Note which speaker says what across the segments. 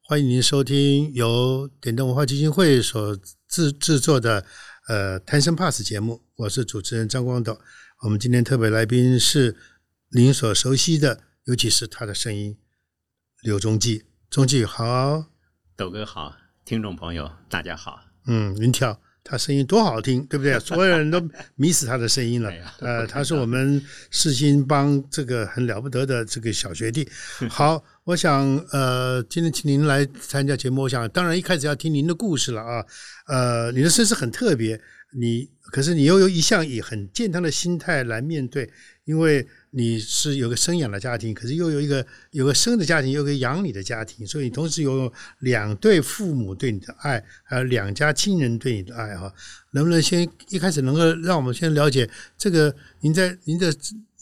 Speaker 1: 欢迎您收听由点灯文化基金会所制制作的呃《贪生怕死》节目，我是主持人张光斗。我们今天特别来宾是您所熟悉的，尤其是他的声音，刘中继。中继好，
Speaker 2: 斗哥好，听众朋友大家好。
Speaker 1: 嗯，您挑他声音多好听，对 不对？所有人都迷死他的声音了
Speaker 2: 哎呀。
Speaker 1: 呃，他是我们世新帮这个很了不得的这个小 学弟。好，我想呃，今天请您来参加节目，我想当然一开始要听您的故事了啊。呃，你的身世很特别，你可是你又有一向以很健康的心态来面对，因为你是有个生养的家庭，可是又有一个有个生的家庭，又有个养你的家庭，所以你同时有两对父母对你的爱，还有两家亲人对你的爱哈。能不能先一开始能够让我们先了解这个您在您的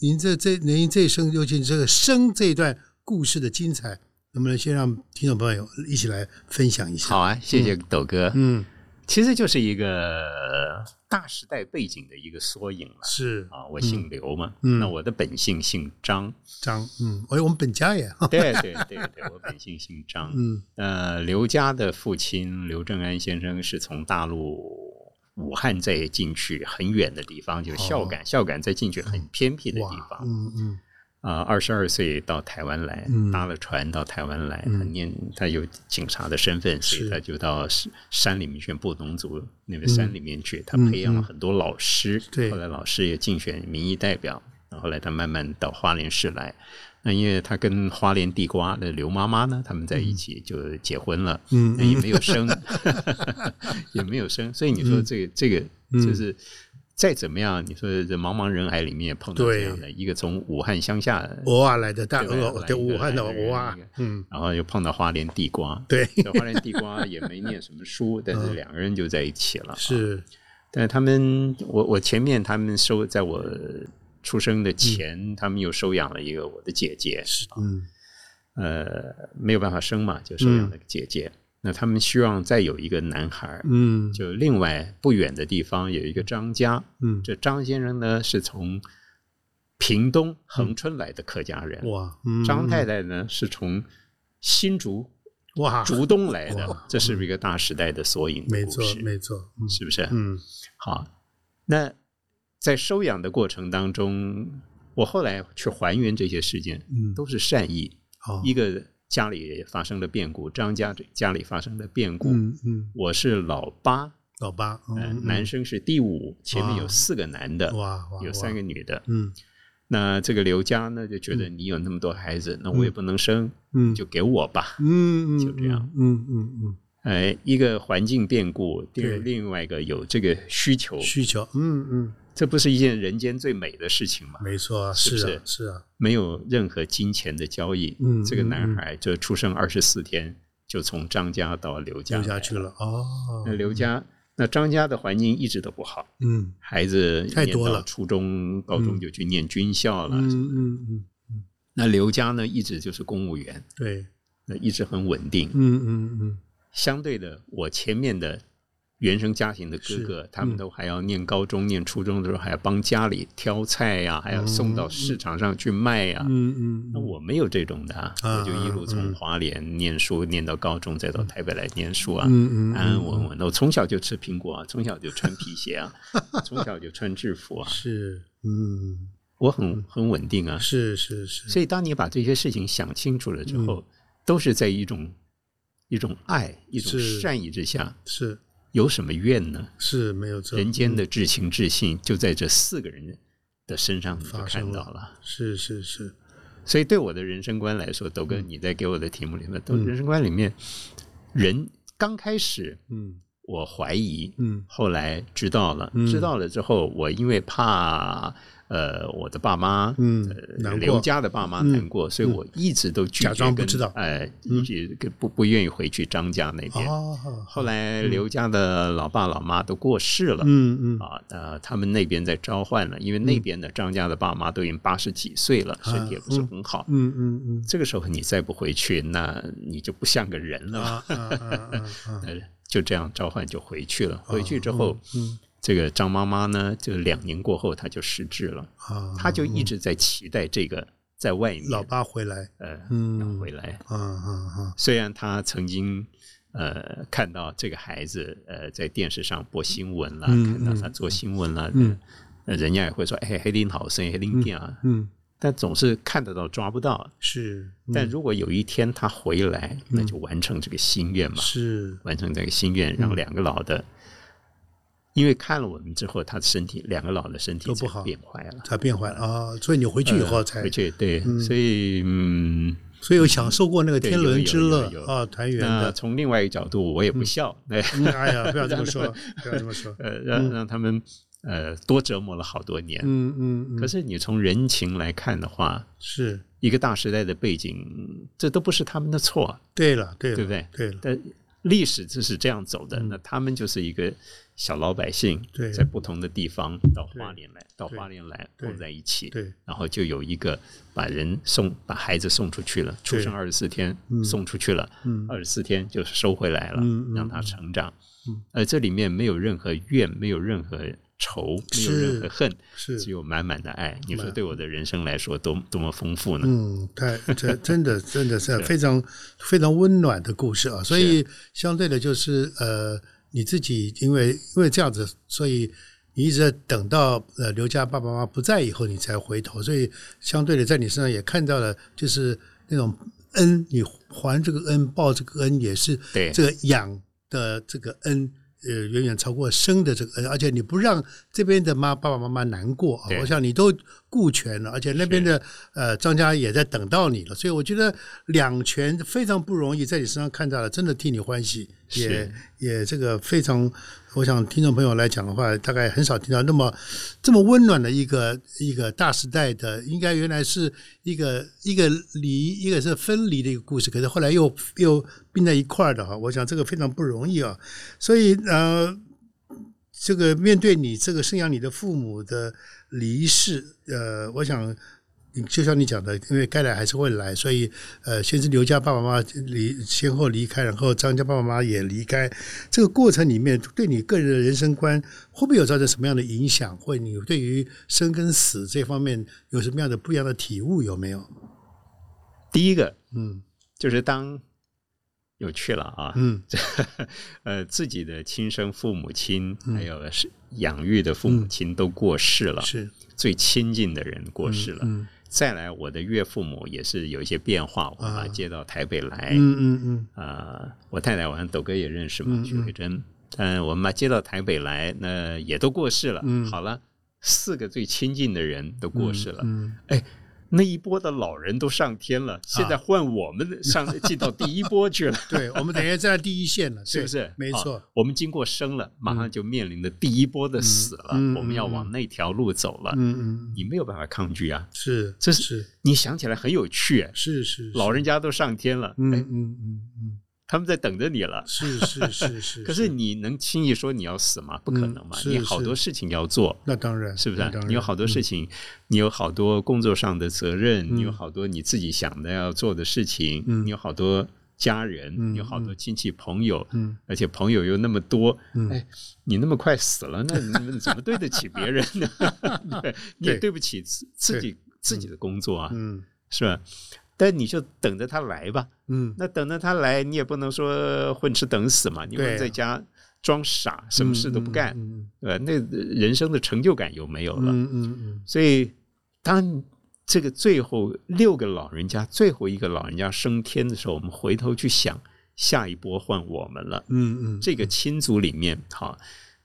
Speaker 1: 您这这您这一生，尤其这个生这一段故事的精彩，能不能先让听众朋友一起来分享一下？
Speaker 2: 好，啊，谢谢斗哥。
Speaker 1: 嗯，
Speaker 2: 其实就是一个大时代背景的一个缩影了。
Speaker 1: 是
Speaker 2: 啊，我姓刘嘛，
Speaker 1: 嗯
Speaker 2: 那我的本姓姓张。
Speaker 1: 张，嗯，哎，我们本家也，哈
Speaker 2: 对对 对对，我本姓姓张。
Speaker 1: 嗯
Speaker 2: 呃，刘家的父亲刘正安先生是从大陆武汉再进去很远的地方，就是孝感，孝感再进去很偏僻的地
Speaker 1: 哇，
Speaker 2: 方。
Speaker 1: 嗯嗯
Speaker 2: 啊，二十二岁到台湾来，
Speaker 1: 嗯
Speaker 2: 搭了船到台湾来。他
Speaker 1: 嗯
Speaker 2: 念他有警察的身份，所
Speaker 1: 是
Speaker 2: 以他就到山山里面去，布农族那个山里面去。他
Speaker 1: 嗯
Speaker 2: 培养了
Speaker 1: 嗯
Speaker 2: 很多老师，
Speaker 1: 对
Speaker 2: 后来老师也竞选民意代表，然后后来他慢慢到花莲市来。那因为他跟花莲地瓜的刘妈妈呢，他们在一起就结婚了，
Speaker 1: 嗯嗯
Speaker 2: 那也没有生， 也没有生，所以你说这个、这个就是再怎么样，你说这茫茫人海里面碰到这
Speaker 1: 对
Speaker 2: 样的一个从武汉乡下，
Speaker 1: 偶尔来的大
Speaker 2: 对
Speaker 1: 鹅，对，
Speaker 2: 来一个
Speaker 1: 武汉的
Speaker 2: 来一个哎
Speaker 1: 偶尔
Speaker 2: 来一个，
Speaker 1: 嗯，
Speaker 2: 然后又碰到花莲 地瓜，
Speaker 1: 对，
Speaker 2: 这花莲地瓜也没念什么书，但是两个人就在一起了。
Speaker 1: 嗯是，
Speaker 2: 但他们，我我前面他们收在我出生的前，他们又收养了一个我的姐姐，
Speaker 1: 嗯
Speaker 2: 呃，没有办法生嘛，就收养了个姐姐。那他们希望再有一个男孩儿，
Speaker 1: 嗯
Speaker 2: 就另外不远的地方有一个张家，
Speaker 1: 嗯，
Speaker 2: 这张先生呢是从屏东恒春来的客家人，
Speaker 1: 哇，嗯
Speaker 2: 张太太呢是从新竹
Speaker 1: 哇，
Speaker 2: 竹东来的
Speaker 1: 哇，
Speaker 2: 这是不是一个大时代的缩影的
Speaker 1: 没
Speaker 2: 故
Speaker 1: 错
Speaker 2: 事？
Speaker 1: 没错，嗯
Speaker 2: 是不是？
Speaker 1: 嗯
Speaker 2: 好，那在收养的过程当中，我后来去还原这些事件，
Speaker 1: 嗯，
Speaker 2: 都是善意。
Speaker 1: 好，
Speaker 2: 一个家里发生了变故，张家家里发生了变故，
Speaker 1: 嗯嗯，
Speaker 2: 我是老八，
Speaker 1: 老八，
Speaker 2: 呃
Speaker 1: 嗯，
Speaker 2: 男
Speaker 1: 嗯
Speaker 2: 生是第五，前面
Speaker 1: 哇
Speaker 2: 有四个男的，
Speaker 1: 哇哇，
Speaker 2: 有
Speaker 1: 哇
Speaker 2: 三个，女的。
Speaker 1: 嗯
Speaker 2: 那这个刘家呢，就觉得你有那么多孩子，那我也不能生，
Speaker 1: 嗯，
Speaker 2: 就给我吧。
Speaker 1: 嗯嗯
Speaker 2: 就这样，
Speaker 1: 嗯嗯嗯
Speaker 2: 哎，一个环境变故，第
Speaker 1: 对
Speaker 2: 二另外一个有这个需求
Speaker 1: 嗯，，需求，嗯嗯，
Speaker 2: 这不是一件人间最美的事情吗？
Speaker 1: 没错啊，
Speaker 2: 是不
Speaker 1: 是啊
Speaker 2: 是
Speaker 1: 是啊，
Speaker 2: 没有任何金钱的交易。
Speaker 1: 嗯
Speaker 2: 这个
Speaker 1: 嗯
Speaker 2: 男
Speaker 1: 嗯
Speaker 2: 孩就出生二十四天，就从张家到刘家
Speaker 1: 留下
Speaker 2: 来
Speaker 1: 去了哦
Speaker 2: 那，刘家，那张家的环境一直都不好，
Speaker 1: 嗯
Speaker 2: 孩子
Speaker 1: 太多
Speaker 2: 念到
Speaker 1: 了
Speaker 2: 初中、高中就去念军校了。
Speaker 1: 嗯嗯嗯，
Speaker 2: 那刘家呢，一直就是公务员，
Speaker 1: 对，
Speaker 2: 那一直很稳定。
Speaker 1: 嗯嗯嗯，
Speaker 2: 相对的，我前面的原生家庭的哥哥，他
Speaker 1: 嗯
Speaker 2: 们都还要念高中、念初中的时候，还要帮家里挑菜呀、还要送到市场上去卖呀、
Speaker 1: 哦嗯嗯，
Speaker 2: 啊那我没有这种的、啊，
Speaker 1: 啊嗯
Speaker 2: 我就一路从华联念书，念到高中，再到台北来念书啊。
Speaker 1: 嗯嗯
Speaker 2: 安安稳稳的，我从小就吃苹果啊，从小就穿皮鞋啊，从小就穿制服啊，
Speaker 1: 是，嗯，
Speaker 2: 我很很稳定啊。
Speaker 1: 是是是，
Speaker 2: 所以，当你把这些事情想清楚了之
Speaker 1: 嗯
Speaker 2: 后，都是在一种一种爱、一种
Speaker 1: 是
Speaker 2: 善意之下，
Speaker 1: 是
Speaker 2: 有什么怨呢？
Speaker 1: 是没有错，
Speaker 2: 人间的至情至性就在这四个人的身上，你就
Speaker 1: 发
Speaker 2: 看
Speaker 1: 生
Speaker 2: 到
Speaker 1: 了
Speaker 2: 了。
Speaker 1: 是是是，
Speaker 2: 所以，对我的人生观来说，豆哥，
Speaker 1: 嗯
Speaker 2: 你在给我的题目里面，都人生观里面，人刚开始
Speaker 1: 嗯
Speaker 2: 我怀疑，
Speaker 1: 嗯
Speaker 2: 后来知道了
Speaker 1: 嗯，
Speaker 2: 知道了之后，我因为怕呃我的爸妈，
Speaker 1: 嗯
Speaker 2: 呃
Speaker 1: 难过嗯
Speaker 2: 刘家的爸妈难过，所以我一直都拒绝
Speaker 1: 假装不
Speaker 2: 跟
Speaker 1: 知道嗯
Speaker 2: 哎，拒跟不不愿意回去张家那边。
Speaker 1: 哦，
Speaker 2: 后来刘家的老爸老妈都过世了，
Speaker 1: 嗯嗯，
Speaker 2: 啊，呃，他们那边在召唤了，因为那边的张家的爸妈都已经八十几岁了，身体也不是很好。
Speaker 1: 嗯嗯嗯，
Speaker 2: 这个时候你再不回去，那你就不像个人了。
Speaker 1: 啊啊啊啊啊，
Speaker 2: 呃，就这样召唤就回去了。回去之后，
Speaker 1: 嗯
Speaker 2: 这个张妈妈呢，就两年过后她就失智了，
Speaker 1: 啊
Speaker 2: 她就一直在期待这个在外面
Speaker 1: 老爸回来，
Speaker 2: 呃
Speaker 1: 嗯
Speaker 2: 要回来。
Speaker 1: 啊啊啊，
Speaker 2: 虽然她曾经呃看到这个孩子呃在电视上播新闻啦，
Speaker 1: 嗯
Speaker 2: 看到他做新闻啦，嗯，人家也会说哎黑林好声黑林店啊，
Speaker 1: 嗯，
Speaker 2: 但总是看得到抓不到。
Speaker 1: 是嗯
Speaker 2: 但如果有一天他回来，那就完成这个心愿嘛。
Speaker 1: 是，嗯
Speaker 2: 完成这个心愿，让两个老的，因为看了我们之后，他的身体两个老的身体
Speaker 1: 都不
Speaker 2: 才
Speaker 1: 好
Speaker 2: 变坏了。
Speaker 1: 才变坏啊，所以你回去以后才
Speaker 2: 嗯呃回，去对，所以嗯，
Speaker 1: 所以有享受过那个天伦之乐
Speaker 2: 对有有有有
Speaker 1: 啊，团圆
Speaker 2: 那
Speaker 1: 的，
Speaker 2: 从另外一个角度，我也不笑，哎，
Speaker 1: 嗯哎 呀，不要这么说，不要这么说，
Speaker 2: 呃，让让他们呃多折磨了好多年。
Speaker 1: 嗯嗯嗯，
Speaker 2: 可是你从人情来看的话，
Speaker 1: 是，
Speaker 2: 一个大时代的背景，这都不是他们的错，
Speaker 1: 对了对了，
Speaker 2: 对不对？
Speaker 1: 对了，
Speaker 2: 但历史就是这样走的，那他们就是一个小老百姓
Speaker 1: 嗯对，
Speaker 2: 在不同的地方到花莲来，到
Speaker 1: 对
Speaker 2: 花莲来
Speaker 1: 对
Speaker 2: 混在一起，
Speaker 1: 对，
Speaker 2: 然后就有一个把人送把孩子送出去了，出生二十四天
Speaker 1: 嗯
Speaker 2: 送出去了，二十四天就收回来了，
Speaker 1: 嗯嗯嗯
Speaker 2: 让他成长。呃，这里面没有任何怨，没有任何仇，没有
Speaker 1: 是
Speaker 2: 任何恨，
Speaker 1: 是
Speaker 2: 只有满满的爱。你说对我的人生来说多多么丰富呢？
Speaker 1: 嗯，太这真的真的是非常非常温暖的故事啊，所以相对的，就是呃，你自己因为因为这样子，所以你一直在等到呃刘家爸爸妈妈不在以后，你才回头，所以相对的，在你身上也看到了，就是那种恩，你还这个恩，报这个恩，也是
Speaker 2: 对
Speaker 1: 这个养的这个恩。呃，远远超过生的这个恩，而且你不让这边的妈爸爸妈妈难过啊，
Speaker 2: 对
Speaker 1: 我想你都顾全了，而且那边
Speaker 2: 是
Speaker 1: 的呃张家也在等到你了，所以我觉得两全非常不容易，在你身上看到了，真的替你欢喜，也
Speaker 2: 是
Speaker 1: 也这个非常，我想听众朋友来讲的话，大概很少听到那么这么温暖的一个一个大时代的，应该原来是一个一个离，一个是分离的一个故事，可是后来又又并在一块儿的哈，我想这个非常不容易啊，所以呃。这个面对你这个生养你的父母的离世，呃，我想你就像你讲的，因为该来还是会来，所以呃，先是刘家爸爸妈妈离先后离开，然后张家爸爸妈妈也离开，这个过程里面对你个人的人生观会不会有造成什么样的影响，或你对于生跟死这方面有什么样的不一样的体悟有没有？
Speaker 2: 第一个
Speaker 1: 嗯
Speaker 2: 就是当有趣了啊，
Speaker 1: 嗯
Speaker 2: 这 呃，自己的亲生父母亲，
Speaker 1: 嗯
Speaker 2: 还有是养育的父母亲都过世了，
Speaker 1: 是
Speaker 2: 最亲近的人过世了。
Speaker 1: 嗯
Speaker 2: 再来，我的岳父母也是有一些变化，我把
Speaker 1: 啊
Speaker 2: 他接到台北来。
Speaker 1: 嗯嗯嗯
Speaker 2: 呃，我太太，我跟斗哥也认识嘛
Speaker 1: 嗯，
Speaker 2: 许慧珍。但我们把她接到台北来，那也都过世了。
Speaker 1: 嗯
Speaker 2: 好了，四个最亲近的人都过世了。
Speaker 1: 嗯啊
Speaker 2: 哎，那一波的老人都上天了，现在换我们上、进到第一 波去了。
Speaker 1: 对我们等于站在第一线了，
Speaker 2: 是不哦
Speaker 1: 对
Speaker 2: 是？
Speaker 1: 没
Speaker 2: 好
Speaker 1: 错，
Speaker 2: 我们经过生了，马上就面临的第一波的死了，
Speaker 1: 嗯嗯嗯
Speaker 2: 我们要往那条路走了，
Speaker 1: 嗯嗯，
Speaker 2: 你没有办法抗拒啊！
Speaker 1: 是
Speaker 2: 这是
Speaker 1: 是
Speaker 2: 你想起来很有趣，哎
Speaker 1: 是是，
Speaker 2: 老人家都上天了，
Speaker 1: 嗯
Speaker 2: 哎
Speaker 1: 嗯嗯嗯，
Speaker 2: 他们在等着你了。
Speaker 1: 是是是是，
Speaker 2: 可是你能轻易说你要死吗？不可能嘛！
Speaker 1: 嗯是
Speaker 2: 你好多事情要做，
Speaker 1: 那当然
Speaker 2: 是不是
Speaker 1: 那
Speaker 2: 啊
Speaker 1: 当？然嗯
Speaker 2: 你有好多事情，你有好多工作上的责任，你有好多你自己想的要做的事情，
Speaker 1: 嗯
Speaker 2: 你有好多家人，
Speaker 1: 嗯
Speaker 2: 你有好多亲戚朋友，
Speaker 1: 嗯
Speaker 2: 而且朋友又那么多，
Speaker 1: 嗯
Speaker 2: 哎，你那么快死了，那你们怎么对得起别人呢？ 对，你也
Speaker 1: 对
Speaker 2: 对不起自自己自己的工作啊，
Speaker 1: 嗯
Speaker 2: 是吧？但你就等着他来吧。
Speaker 1: 嗯
Speaker 2: 那等着他来，你也不能说混吃等死嘛，你不
Speaker 1: 对啊
Speaker 2: 能在家装傻，什么事都不干，
Speaker 1: 嗯
Speaker 2: 对吧？那人生的成就感有没有了？
Speaker 1: 嗯嗯
Speaker 2: 所以，当这个最后六个老人家，最后一个老人家升天的时候，我们回头去想，下一波换我们了。
Speaker 1: 嗯嗯，
Speaker 2: 这个亲族里面，哈，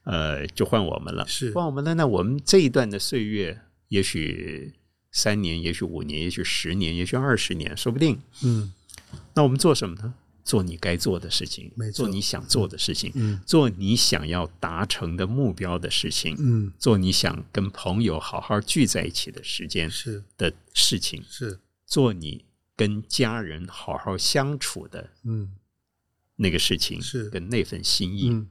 Speaker 2: 呃，就换我们了。
Speaker 1: 是
Speaker 2: 换我们了，那我们这一段的岁月，也许三年，也许五年，也许十年，也许二十年，说不定。
Speaker 1: 嗯
Speaker 2: 那我们做什么呢？做你该做的事情
Speaker 1: 没，错
Speaker 2: 做你想做的事情，
Speaker 1: 嗯
Speaker 2: 做你想要达成的目标的事情，
Speaker 1: 嗯，
Speaker 2: 做你想跟朋友好好聚在一起的时间
Speaker 1: 是
Speaker 2: 的事情，
Speaker 1: 是，
Speaker 2: 做你跟家人好好相处的
Speaker 1: 嗯
Speaker 2: 那个事情，
Speaker 1: 是
Speaker 2: 跟那份心意。
Speaker 1: 嗯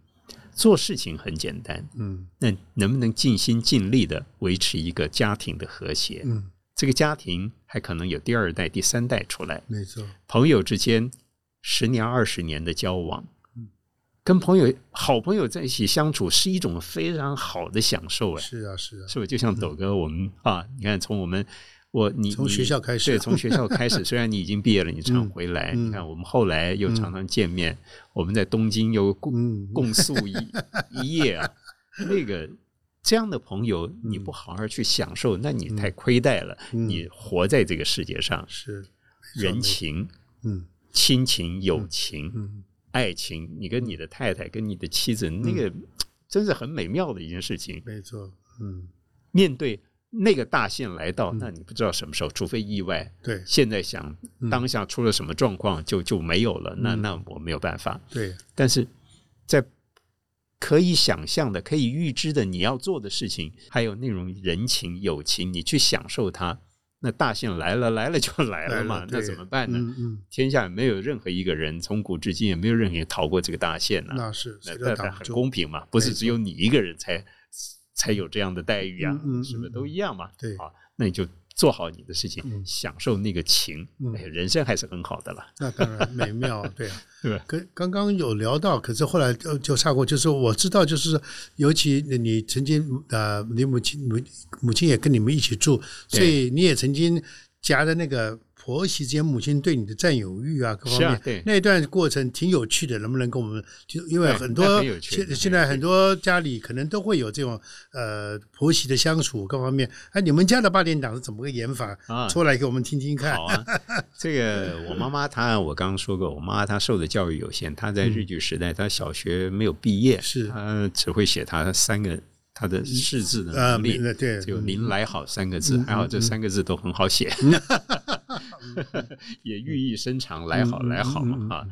Speaker 2: 做事情很简单，
Speaker 1: 嗯
Speaker 2: 那能不能尽心尽力的维持一个家庭的和谐？
Speaker 1: 嗯，
Speaker 2: 这个家庭还可能有第二代、第三代出来，
Speaker 1: 没错，
Speaker 2: 朋友之间十年、二十年的交往，
Speaker 1: 嗯
Speaker 2: 跟朋友、好朋友在一起相处是一种非常好的享受，哎，
Speaker 1: 是啊是啊，
Speaker 2: 是不是？就像斗哥，我们啊，你看从我们。我你
Speaker 1: 嗯从
Speaker 2: 你
Speaker 1: 学校开始
Speaker 2: 对，从学校 开始。虽然你已经毕业了，你常回来。
Speaker 1: 嗯
Speaker 2: 你看，我们后来又常常见面。我们在东京 又共、
Speaker 1: 嗯
Speaker 2: 共宿一一夜 啊，那个这样的朋友，
Speaker 1: 嗯
Speaker 2: 你不好好去享受，那你太亏待了。你活在这个世界上，
Speaker 1: 是没错
Speaker 2: 人
Speaker 1: 没
Speaker 2: 情、
Speaker 1: 嗯
Speaker 2: 亲情、友情、
Speaker 1: 嗯
Speaker 2: 爱情，你跟你的太太、跟你的妻子，那个真是很美妙的一件事情。
Speaker 1: 没错，嗯
Speaker 2: 面对那个大限来到，那你不知道什么时候，除非意外。
Speaker 1: 对
Speaker 2: 现在想
Speaker 1: 嗯
Speaker 2: 当下出了什么状况就就没有了，那那我没有办法。
Speaker 1: 对
Speaker 2: 但是在可以想象的、可以预知的你要做的事情，还有那种人情友情，你去享受它。那大限来了，来了就来
Speaker 1: 来
Speaker 2: 了
Speaker 1: 了
Speaker 2: 嘛，那
Speaker 1: 对
Speaker 2: 怎么办呢？
Speaker 1: 嗯嗯，
Speaker 2: 天下没有任何一个人，从古至今也没有任何人逃过这个大限呢、
Speaker 1: 那是谁都
Speaker 2: 那那
Speaker 1: 挡不
Speaker 2: 很
Speaker 1: 住，
Speaker 2: 公平嘛，不是只有你一个人才才有这样的待遇啊，
Speaker 1: 嗯嗯
Speaker 2: 是不是
Speaker 1: 嗯
Speaker 2: 都一样嘛？
Speaker 1: 对
Speaker 2: 啊，那你就做好你的事情，
Speaker 1: 嗯
Speaker 2: 享受那个情，
Speaker 1: 嗯
Speaker 2: 哎，人生还是很好的 了，
Speaker 1: 那当然美妙，对啊。
Speaker 2: 对吧？
Speaker 1: 可刚刚有聊到，可是后来就就岔过，就是我知道，就是尤其你曾经呃，你母亲母母亲也跟你们一起住，
Speaker 2: 对
Speaker 1: 所以你也曾经夹在那个婆媳之间，母亲对你的占有欲啊各方
Speaker 2: 是
Speaker 1: 面，
Speaker 2: 啊对
Speaker 1: 那段过程挺有趣的，能不能跟我们？就因为
Speaker 2: 对
Speaker 1: 很
Speaker 2: 那
Speaker 1: 多
Speaker 2: 很有趣
Speaker 1: 现
Speaker 2: 很有
Speaker 1: 现在
Speaker 2: 趣
Speaker 1: 很多家里可能都会有这种呃婆媳的相处各方面，哎，你们家的八点档是怎么个演法？
Speaker 2: 啊，
Speaker 1: 出来给我们听听看。
Speaker 2: 好 啊，这个我妈妈她，我刚刚说过，我妈妈她受的教育有限，她在日据时代，她小学没有毕业，
Speaker 1: 嗯是
Speaker 2: 她只会写她三个她的识字的
Speaker 1: 呃，
Speaker 2: 能力，
Speaker 1: 那对，
Speaker 2: 只有
Speaker 1: 嗯
Speaker 2: “您来好”三个字，还好这三个字都很好写， 也寓意深长，来好
Speaker 1: 嗯嗯嗯
Speaker 2: 来好
Speaker 1: 嗯嗯
Speaker 2: 嘛啊。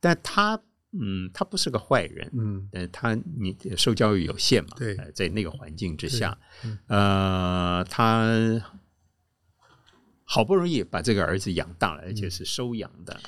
Speaker 2: 但他嗯，他不是个坏人，
Speaker 1: 嗯
Speaker 2: 但他你受教育有限嘛，
Speaker 1: 对
Speaker 2: 呃在那个环境之
Speaker 1: 对
Speaker 2: 下
Speaker 1: 嗯，
Speaker 2: 呃，他好不容易把这个儿子养大了，而且是收养的。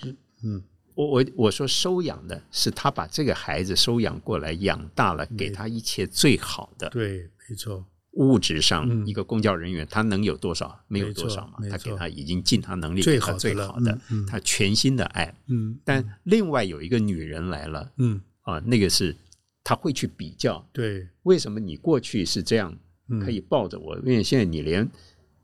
Speaker 1: 嗯。
Speaker 2: 我我我说收养的是他把这个孩子收养过来，养大了，
Speaker 1: 嗯
Speaker 2: 给他一切最好的。
Speaker 1: 对，没错，
Speaker 2: 物质上
Speaker 1: 嗯
Speaker 2: 一个公教人员，他能有多少？没有多少嘛
Speaker 1: 没，
Speaker 2: 他
Speaker 1: 错
Speaker 2: 给他已经尽他能力，
Speaker 1: 最
Speaker 2: 给他
Speaker 1: 好的
Speaker 2: 最
Speaker 1: 了
Speaker 2: 好的
Speaker 1: 嗯嗯，
Speaker 2: 他全心的爱。
Speaker 1: 嗯
Speaker 2: 但另外有一个女人来了
Speaker 1: 嗯，
Speaker 2: 啊，那个是他会去比较，
Speaker 1: 对，
Speaker 2: 为什么你过去是这样
Speaker 1: 嗯
Speaker 2: 可以抱着我，因为现在你连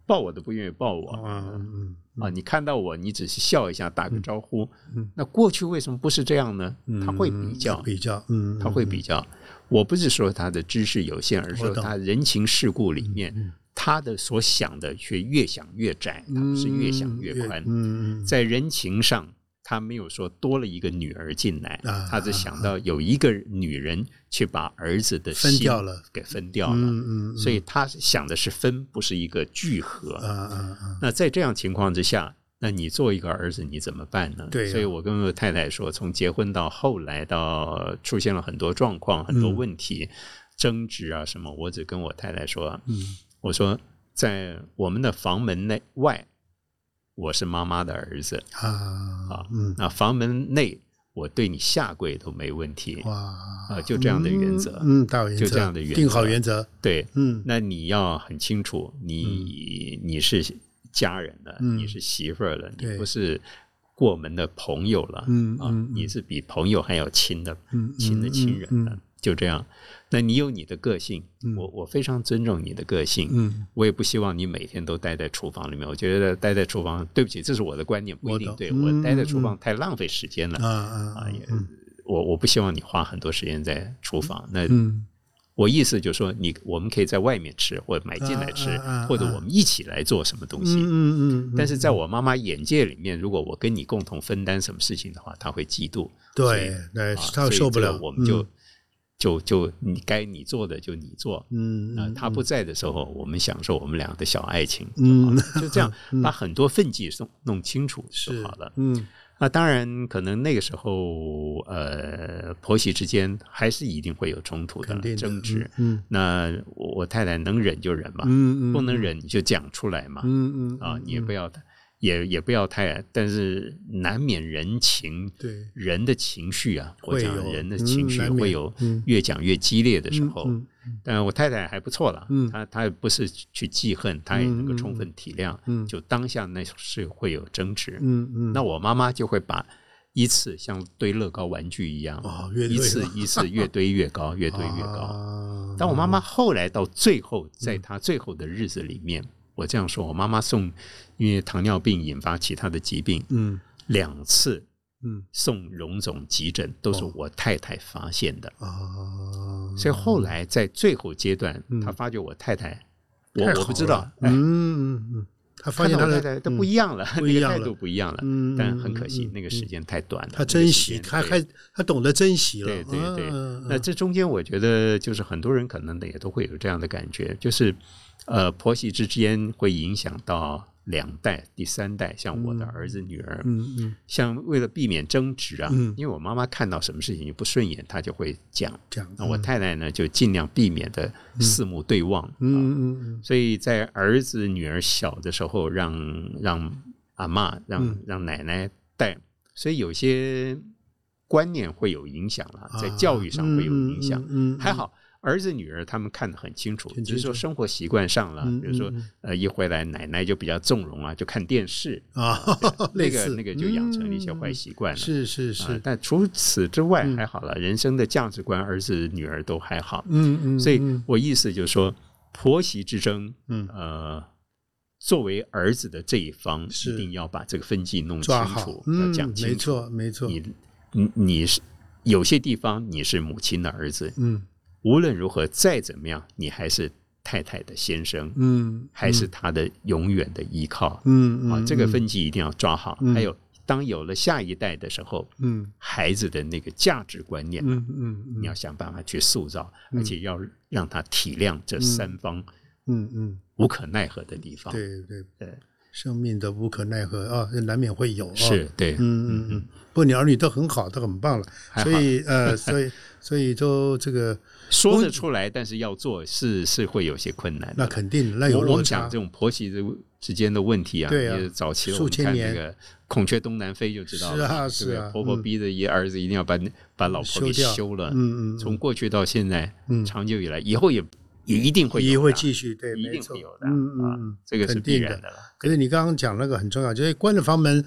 Speaker 2: 抱我都不愿意抱我
Speaker 1: 啊，嗯
Speaker 2: 啊，你看到我你只是笑一下，打个招呼
Speaker 1: 嗯。
Speaker 2: 那过去为什么不是这样呢？
Speaker 1: 嗯，
Speaker 2: 他会比较，
Speaker 1: 比较，嗯，
Speaker 2: 他会比较。我不是说他的知识有限，而是说
Speaker 1: 我懂嗯
Speaker 2: 他人情世故里面，他的所想的却越想越窄，他
Speaker 1: 嗯
Speaker 2: 是越想越宽。
Speaker 1: 嗯嗯，
Speaker 2: 在人情上，他没有说多了一个女儿进来
Speaker 1: 啊，
Speaker 2: 他只想到有一个女人去把儿子的
Speaker 1: 分
Speaker 2: 心
Speaker 1: 掉了，
Speaker 2: 给分掉了。
Speaker 1: 嗯嗯，
Speaker 2: 所以他想的是分，不是一个聚合。
Speaker 1: 啊啊啊，
Speaker 2: 那在这样情况之下，那你做一个儿子，你怎么办呢？
Speaker 1: 对呀
Speaker 2: 所以我跟我太太说，从结婚到后来到出现了很多状况、很
Speaker 1: 嗯
Speaker 2: 多问题、争执啊什么，我只跟我太太说，
Speaker 1: 嗯
Speaker 2: 我说在我们的房门内外，我是妈妈的儿子，
Speaker 1: 啊，嗯，
Speaker 2: 那房门内我对你下跪都没问题。
Speaker 1: 哇，
Speaker 2: 啊，就这样的原则，
Speaker 1: 嗯，大原则，定好原则，
Speaker 2: 对，
Speaker 1: 嗯
Speaker 2: 那你要很清楚，你、你是家人了，
Speaker 1: 嗯
Speaker 2: 你是媳妇儿了，
Speaker 1: 对
Speaker 2: 你不是过门的朋友了，
Speaker 1: 嗯
Speaker 2: 啊
Speaker 1: 嗯，
Speaker 2: 你是比朋友还要亲的，
Speaker 1: 嗯
Speaker 2: 亲的亲人了，
Speaker 1: 嗯
Speaker 2: 就这样。那你有你的个性，
Speaker 1: 嗯
Speaker 2: 我我非常尊重你的个性。
Speaker 1: 嗯，
Speaker 2: 我也不希望你每天都待在厨房里面。我觉得待在厨房，对不起，这是我的观念，不一定
Speaker 1: 我懂
Speaker 2: 对。
Speaker 1: 嗯
Speaker 2: 我待在厨房太浪费时间了
Speaker 1: 啊啊
Speaker 2: 啊！也，我我不希望你花很多时间在厨房。那
Speaker 1: 嗯
Speaker 2: 我意思就是说，你我们可以在外面吃，或者买进来吃
Speaker 1: 啊啊啊啊，
Speaker 2: 或者我们一起来做什么东
Speaker 1: 嗯
Speaker 2: 西。
Speaker 1: 嗯嗯，
Speaker 2: 但是在我妈妈眼界里面，如果我跟你共同分担什么事情的话，她会嫉妒，
Speaker 1: 对对
Speaker 2: 啊，
Speaker 1: 他
Speaker 2: 所以
Speaker 1: 受不
Speaker 2: 这个
Speaker 1: 了，嗯
Speaker 2: 我们就就就你该你做的就你做，
Speaker 1: 嗯
Speaker 2: 那他不在的时候，我们享受我们俩的小爱情，
Speaker 1: 嗯
Speaker 2: 呃就好了就这样把很多分际弄弄清楚
Speaker 1: 是
Speaker 2: 就好了。
Speaker 1: 嗯
Speaker 2: 那当然，可能那个时候，呃，婆媳之间还是一定会有冲突
Speaker 1: 肯定的
Speaker 2: 的争执。
Speaker 1: 嗯
Speaker 2: 那我我太太能忍就忍嘛，
Speaker 1: 嗯嗯
Speaker 2: 不能忍你就讲出来嘛，
Speaker 1: 嗯嗯
Speaker 2: 啊，
Speaker 1: 嗯
Speaker 2: 你也不要太，也也不要太，但是难免人情，
Speaker 1: 对
Speaker 2: 人的情绪啊，我
Speaker 1: 会
Speaker 2: 讲
Speaker 1: 有
Speaker 2: 人的
Speaker 1: 嗯
Speaker 2: 情绪
Speaker 1: 难免
Speaker 2: 会有
Speaker 1: 嗯
Speaker 2: 越讲越激烈的时候，
Speaker 1: 嗯
Speaker 2: 但我太太还不错了，
Speaker 1: 嗯
Speaker 2: 她她不是去记恨，她也能够充分体谅，
Speaker 1: 嗯嗯
Speaker 2: 就当下那是会有争执，
Speaker 1: 嗯嗯，
Speaker 2: 那我妈妈就会把依次像堆乐高玩具一样，
Speaker 1: 哦越堆
Speaker 2: 一次
Speaker 1: 嘛
Speaker 2: 一次越堆越高，越堆 越高。
Speaker 1: 高
Speaker 2: 但我妈妈后来到最后，在
Speaker 1: 嗯
Speaker 2: 她最后的日子里面，我这样说，我妈妈送，因为糖尿病引发其他的疾病，
Speaker 1: 嗯
Speaker 2: 两次
Speaker 1: 嗯
Speaker 2: 送荣总急诊都
Speaker 1: 哦
Speaker 2: 是我太太发现的，
Speaker 1: 啊，
Speaker 2: 所以后来在最后阶段
Speaker 1: 嗯，
Speaker 2: 她发觉我太太，
Speaker 1: 太
Speaker 2: 我
Speaker 1: 好
Speaker 2: 我不知道
Speaker 1: 了，
Speaker 2: 哎
Speaker 1: 嗯嗯嗯，他发现他
Speaker 2: 看到
Speaker 1: 的
Speaker 2: 我太太她不一样了，
Speaker 1: 嗯不一样
Speaker 2: 那个
Speaker 1: 了
Speaker 2: 态度不一样了，
Speaker 1: 嗯
Speaker 2: 但很可惜
Speaker 1: 嗯嗯
Speaker 2: 那个时间太短了，
Speaker 1: 他珍惜，
Speaker 2: 那个
Speaker 1: 他
Speaker 2: 时间
Speaker 1: 还他懂得珍惜了，
Speaker 2: 对对对对
Speaker 1: 嗯，
Speaker 2: 那这中间我觉得就是很多人可能也都会有这样的感觉，就是呃婆媳之间会影响到两代、第三代，像我的儿子、女儿，
Speaker 1: 嗯嗯，
Speaker 2: 像为了避免争执啊，
Speaker 1: 嗯
Speaker 2: 因为我妈妈看到什么事情不顺眼，她就会讲，
Speaker 1: 这样，
Speaker 2: 那我太太呢就尽量避免的四目对望，啊
Speaker 1: 嗯嗯嗯
Speaker 2: 所以在儿子女儿小的时候让，让阿妈、让
Speaker 1: 嗯
Speaker 2: 让奶奶带，所以有些观念会有影响了，啊在教育上会有影响。
Speaker 1: 啊嗯，
Speaker 2: 还好，儿子女儿他们看得很清楚，
Speaker 1: 很清楚
Speaker 2: 只是说生活习惯上了，
Speaker 1: 嗯
Speaker 2: 比如说呃一回来奶奶就比较纵容啊，就看电视，
Speaker 1: 啊， 嗯
Speaker 2: 那个那个就养成了一些坏习惯了。
Speaker 1: 是是
Speaker 2: 啊
Speaker 1: 是，
Speaker 2: 但除此之外还好了，人生的价值观，儿子女儿都还好。
Speaker 1: 嗯嗯，
Speaker 2: 所以我意思就是说，婆媳之争，
Speaker 1: 嗯
Speaker 2: 呃，作为儿子的这一方，
Speaker 1: 是
Speaker 2: 一定要把这个分际弄清
Speaker 1: 抓好
Speaker 2: 楚，，要
Speaker 1: 嗯
Speaker 2: 讲，清
Speaker 1: 没
Speaker 2: 楚。
Speaker 1: 错没错，
Speaker 2: 你你你是有些地方你是母亲的儿子，
Speaker 1: 嗯
Speaker 2: 无论如何再怎么样，你还是太太的先生，
Speaker 1: 嗯，
Speaker 2: 还是她的永远的依靠。
Speaker 1: 嗯嗯
Speaker 2: 啊，这个分际一定要抓好。
Speaker 1: 嗯
Speaker 2: 还有，当有了下一代的时候，
Speaker 1: 嗯
Speaker 2: 孩子的那个价值观念啊，
Speaker 1: 嗯嗯，
Speaker 2: 你要想办法去塑造，而且要让他体谅这三方
Speaker 1: 嗯嗯，
Speaker 2: 无可奈何的地方。
Speaker 1: 对对
Speaker 2: 对，
Speaker 1: 生命的无可奈何啊，难免会有，
Speaker 2: 是，对，
Speaker 1: 嗯嗯嗯，不过你儿女都很好，都很棒了，
Speaker 2: 还好
Speaker 1: 所以 呃，所以所以都这个
Speaker 2: 说得出来，但是要做是是会有些困难
Speaker 1: 那
Speaker 2: 的。
Speaker 1: 肯定的那有
Speaker 2: 我我
Speaker 1: 落
Speaker 2: 们
Speaker 1: 差
Speaker 2: 讲这，种婆媳之之间的问题啊，
Speaker 1: 对啊
Speaker 2: 也早期我
Speaker 1: 数
Speaker 2: 们
Speaker 1: 千
Speaker 2: 看
Speaker 1: 年
Speaker 2: 那个《孔雀东南飞》就知道
Speaker 1: 是
Speaker 2: 了，
Speaker 1: 啊
Speaker 2: 对不
Speaker 1: 是
Speaker 2: 对
Speaker 1: 啊
Speaker 2: 婆婆
Speaker 1: 嗯
Speaker 2: 逼着一儿子一定要把把老婆给
Speaker 1: 修掉
Speaker 2: 休了。
Speaker 1: 嗯嗯嗯，
Speaker 2: 从过去到现在
Speaker 1: 嗯，
Speaker 2: 长久以来，以后也也一定会有的，
Speaker 1: 也会继续对，
Speaker 2: 一
Speaker 1: 没
Speaker 2: 定
Speaker 1: 错
Speaker 2: 会有的
Speaker 1: 嗯嗯
Speaker 2: 啊
Speaker 1: 嗯，
Speaker 2: 这个是
Speaker 1: 肯
Speaker 2: 必
Speaker 1: 定
Speaker 2: 然
Speaker 1: 的。
Speaker 2: 的了。
Speaker 1: 可是你刚刚讲那个很重要，就是关了房门，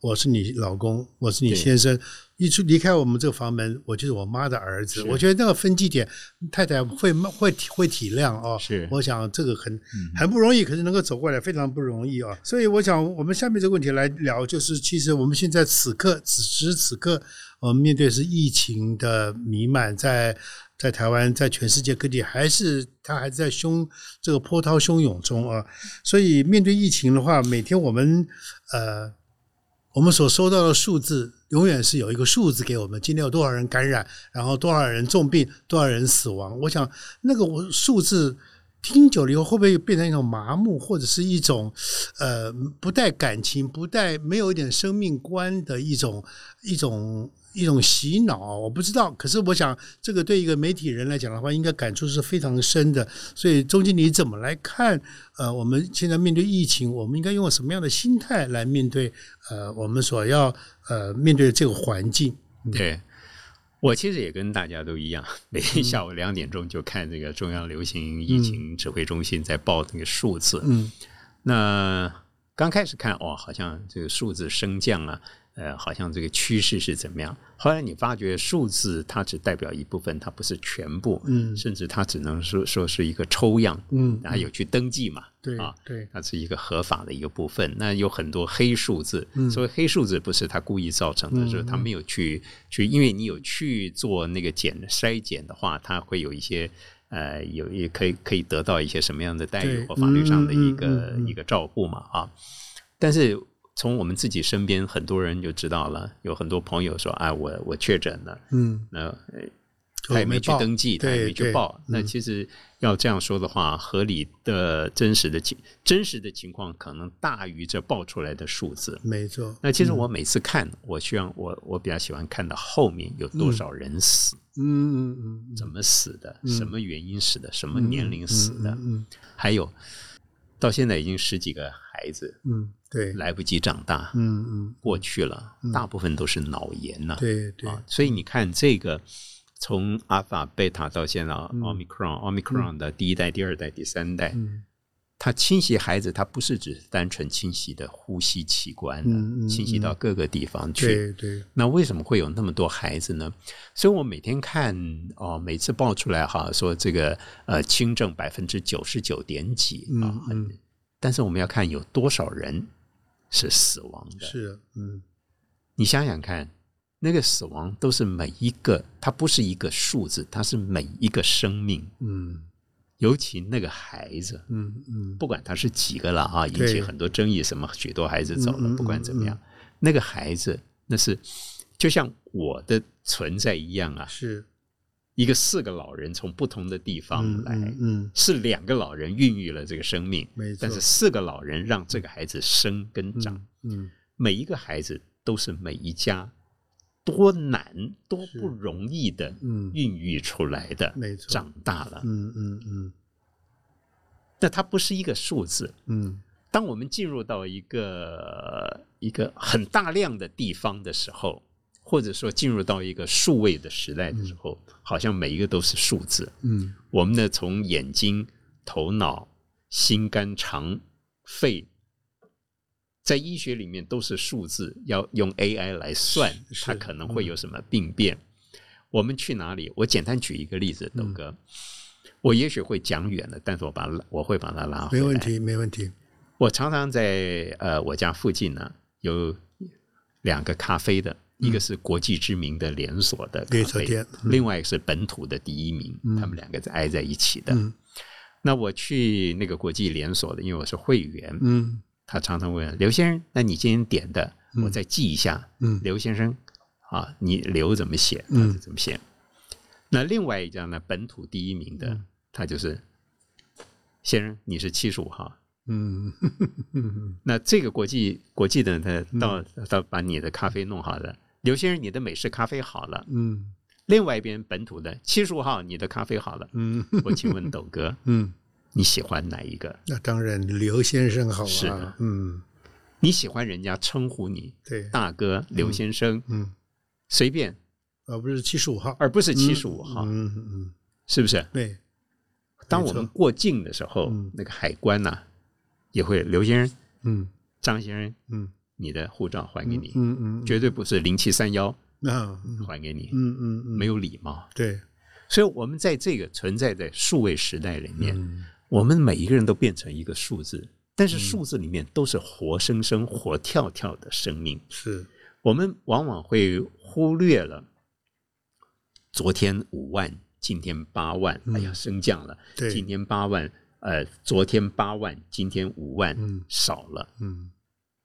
Speaker 1: 我是你老公，我是你
Speaker 2: 对
Speaker 1: 先生，一出离开我们这个房门，我就是我妈的儿子。
Speaker 2: 是
Speaker 1: 我觉得那个分界点，太太会会体会体谅哦。
Speaker 2: 是
Speaker 1: 我想这个很很不容易，可是能够走过来非常不容易啊。所以我想，我们下面这个问题来聊，就是其实我们现在此刻此时此刻，我们面对是疫情的弥漫，在。在台湾，在全世界各地，还是它还在汹这个波涛汹涌中啊。所以面对疫情的话，每天我们呃我们所收到的数字永远是有一个数字给我们，今天有多少人感染，然后多少人重病，多少人死亡。我想那个我数字听久了以后，会不会变成一种麻木，或者是一种呃不带感情、不带没有一点生命观的一种一种一种洗脑？啊我不知道。可是我想，这个对一个媒体人来讲的话，应该感触是非常深的。所以，钟经理怎么来看？呃，我们现在面对疫情，我们应该用什么样的心态来面对？呃，我们所要呃面对的这个环境，
Speaker 2: 对，我其实也跟大家都一样， 每
Speaker 1: 嗯
Speaker 2: 天下午两点钟就看这个中央流行疫情指挥中心在报那个数字。
Speaker 1: 嗯
Speaker 2: 那刚开始看哦，好像这个数字升降啊，呃，好像这个趋势是怎么样？后来你发觉数字它只代表一部分，它不是全部，
Speaker 1: 嗯
Speaker 2: 甚至它只能说说是一个抽样，
Speaker 1: 嗯，
Speaker 2: 然后有去登记嘛，
Speaker 1: 对
Speaker 2: 啊，
Speaker 1: 对，
Speaker 2: 它是一个合法的一个部分。那有很多黑数字，
Speaker 1: 嗯
Speaker 2: 所谓黑数字不是他故意造成的，就是他没有去去，因为你有去做那个检筛检的话，它会有一些呃，有也可以可以得到一些什么样的待遇
Speaker 1: 对
Speaker 2: 或法律上的一个、
Speaker 1: 嗯嗯嗯嗯
Speaker 2: 一个照顾嘛啊。但是从我们自己身边很多人就知道了，有很多朋友说啊，我我确诊了，
Speaker 1: 嗯，
Speaker 2: 那、呃他也没去
Speaker 1: 报
Speaker 2: 登记，他也
Speaker 1: 对
Speaker 2: 没去
Speaker 1: 对嗯
Speaker 2: 报。那其实要这样说的话，合理的真实的情真实的情况可能大于这报出来的数字。
Speaker 1: 没错，
Speaker 2: 那其实我每次看，我希望我我比较喜欢看到后面有多少人死，
Speaker 1: 嗯嗯嗯嗯
Speaker 2: 怎么死的，什么原因死的，什么年龄死的，
Speaker 1: 嗯
Speaker 2: 还有到现在已经十几个孩子
Speaker 1: 嗯，对，
Speaker 2: 来不及长大，
Speaker 1: 嗯嗯，
Speaker 2: 过去了，大部分都是脑炎呐、
Speaker 1: 对对，
Speaker 2: 啊，所以你看这个，从阿尔法、贝塔到现在奥密克戎、奥密克戎的第一代、第二代、第三代，
Speaker 1: 嗯
Speaker 2: 它侵袭孩子，它不是只是单纯侵袭的呼吸器官了，
Speaker 1: 嗯嗯
Speaker 2: 侵袭到各个地方去。啊
Speaker 1: 对对，
Speaker 2: 那为什么会有那么多孩子呢？所以我每天看哦，每次报出来哈，说这个呃轻症百分之九十九点几啊，
Speaker 1: 嗯嗯，
Speaker 2: 但是我们要看有多少人是死亡的。
Speaker 1: 是的，嗯
Speaker 2: 你想想看，那个死亡都是每一个，它不是一个数字，它是每一个生命，
Speaker 1: 嗯
Speaker 2: 尤其那个孩子，
Speaker 1: 嗯嗯，
Speaker 2: 不管他是几个了啊，引起很多争议，什么许多孩子走
Speaker 1: 嗯嗯嗯
Speaker 2: 了，不管怎么样，那个孩子那是就像我的存在一样啊，
Speaker 1: 是，
Speaker 2: 一个四个老人从不同的地方
Speaker 1: 嗯
Speaker 2: 来。
Speaker 1: 嗯嗯，
Speaker 2: 是两个老人孕育了这个生命
Speaker 1: 没错，
Speaker 2: 但是四个老人让这个孩子生跟长，
Speaker 1: 嗯
Speaker 2: 每一个孩子都是每一家多难多不容易的
Speaker 1: 嗯
Speaker 2: 孕育出来的，
Speaker 1: 没错
Speaker 2: 长大了，
Speaker 1: 嗯嗯嗯
Speaker 2: 那它不是一个数字。
Speaker 1: 嗯，
Speaker 2: 当我们进入到一个一个很大量的地方的时候，或者说进入到一个数位的时代的时候，好像每一个都是数字。
Speaker 1: 嗯
Speaker 2: 我们呢，从眼睛、头脑、心、肝、肠、肺，在医学里面都是数字，要用 AI 来算
Speaker 1: 是是
Speaker 2: 它可能会有什么病变。我们去哪里？我简单举一个例子，豆哥，
Speaker 1: 嗯
Speaker 2: 我也许会讲远了，但是我把它拉我会把它拉啊回
Speaker 1: 没
Speaker 2: 来。
Speaker 1: 问题没问题，
Speaker 2: 我常常在呃我家附近呢有两个咖啡的，一个是国际知名的连锁的咖
Speaker 1: 嗯连锁
Speaker 2: 啡
Speaker 1: 店，嗯
Speaker 2: 另外一个是本土的第一名，他们两个是挨在一起的。
Speaker 1: 嗯
Speaker 2: 那我去那个国际连锁的，因为我是会员，
Speaker 1: 嗯
Speaker 2: 他常常问刘先生：“那你今天点的，我再记一下。”
Speaker 1: 嗯
Speaker 2: 刘先生啊，你刘怎么写？他
Speaker 1: 嗯
Speaker 2: 就怎么写？那另外一家呢，本土第一名的，
Speaker 1: 嗯
Speaker 2: 他就是先生，你是七十五号，
Speaker 1: 嗯嗯
Speaker 2: 那这个国际国际的呢，他到到把你的咖啡弄好了，刘先生你的美式咖啡好了，
Speaker 1: 嗯
Speaker 2: 另外一边本土的七十五号你的咖啡好了，
Speaker 1: 嗯
Speaker 2: 我请问 斗哥
Speaker 1: 嗯，
Speaker 2: 你喜欢哪一个？
Speaker 1: 那当然刘先生好啊，嗯
Speaker 2: 你喜欢人家称呼你
Speaker 1: 对，
Speaker 2: 大哥、刘先生，
Speaker 1: 嗯
Speaker 2: 随便，
Speaker 1: 而不是七十五号，
Speaker 2: 而不是七十五号，
Speaker 1: 嗯嗯
Speaker 2: 是不是？
Speaker 1: 对，
Speaker 2: 当我们过境的时候，那个海关呐、也会刘先生、
Speaker 1: 嗯
Speaker 2: 张先生，
Speaker 1: 嗯
Speaker 2: 你的护照还给你，
Speaker 1: 嗯嗯，
Speaker 2: 绝对不是零七三幺
Speaker 1: 那
Speaker 2: 还给你，
Speaker 1: 嗯嗯嗯
Speaker 2: 没有礼貌。
Speaker 1: 对，
Speaker 2: 所以，我们在这个存在的数位时代里
Speaker 1: 嗯
Speaker 2: 面，我们每一个人都变成一个数字，但是数字里面都是活生生、活跳跳的生命。
Speaker 1: 是
Speaker 2: 我们往往会忽略了昨天五万，今天八万，哎呀，升降了，
Speaker 1: 对
Speaker 2: 今天八万，呃，昨天八万，今天五万，
Speaker 1: 嗯
Speaker 2: 少了，
Speaker 1: 嗯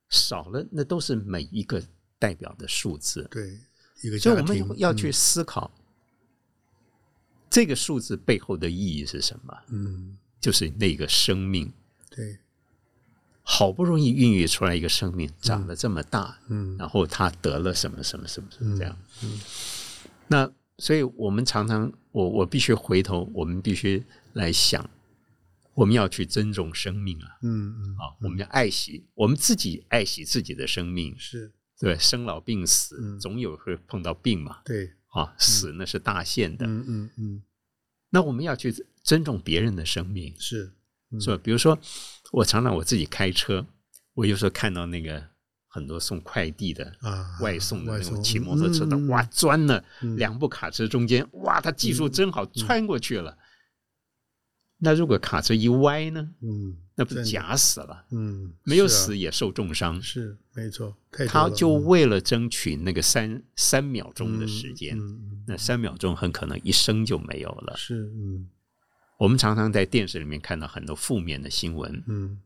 Speaker 2: 少了，那都是每一个代表的数字。
Speaker 1: 对一个
Speaker 2: 所以
Speaker 1: 家
Speaker 2: 我
Speaker 1: 庭
Speaker 2: 们要去思考、嗯这个数字背后的意义是什么？
Speaker 1: 嗯
Speaker 2: 就是那个生命
Speaker 1: 对
Speaker 2: 好不容易孕育出来一个生命，长得这么大，
Speaker 1: 嗯
Speaker 2: 然后他得了什么什么什么什么这样。那所以我们常常，我我必须回头，我们必须来想，我们要去尊重生命啊。
Speaker 1: 嗯嗯
Speaker 2: 啊，我们要爱惜，我们自己爱惜自己的生命，
Speaker 1: 是
Speaker 2: 对，生老病死，总有会碰到病嘛，
Speaker 1: 对
Speaker 2: 啊，死那是大限的，
Speaker 1: 嗯嗯嗯
Speaker 2: 那我们要去尊重别人的生命，
Speaker 1: 是
Speaker 2: 是吧？比如说，我常常我自己开车，我有时候看到那个很多送快递的。
Speaker 1: 啊
Speaker 2: 外送的
Speaker 1: 外
Speaker 2: 那种
Speaker 1: 送
Speaker 2: 骑摩托车的，
Speaker 1: 嗯嗯
Speaker 2: 哇，钻了两部卡车中间，哇，他技术真好，穿过去了。那如果卡车一歪呢？
Speaker 1: 嗯
Speaker 2: 那不
Speaker 1: 真
Speaker 2: 是
Speaker 1: 的
Speaker 2: 假死了？
Speaker 1: 嗯
Speaker 2: 没有
Speaker 1: 是啊
Speaker 2: 死也受重伤。
Speaker 1: 是没错，太多
Speaker 2: 他
Speaker 1: 了
Speaker 2: 就
Speaker 1: 嗯
Speaker 2: 为了争取那个三三秒钟的时间，
Speaker 1: 嗯
Speaker 2: 那三秒钟很可能一生就没有了
Speaker 1: 嗯。是嗯
Speaker 2: 我们常常在电视里面看到很多负面的新闻，
Speaker 1: 嗯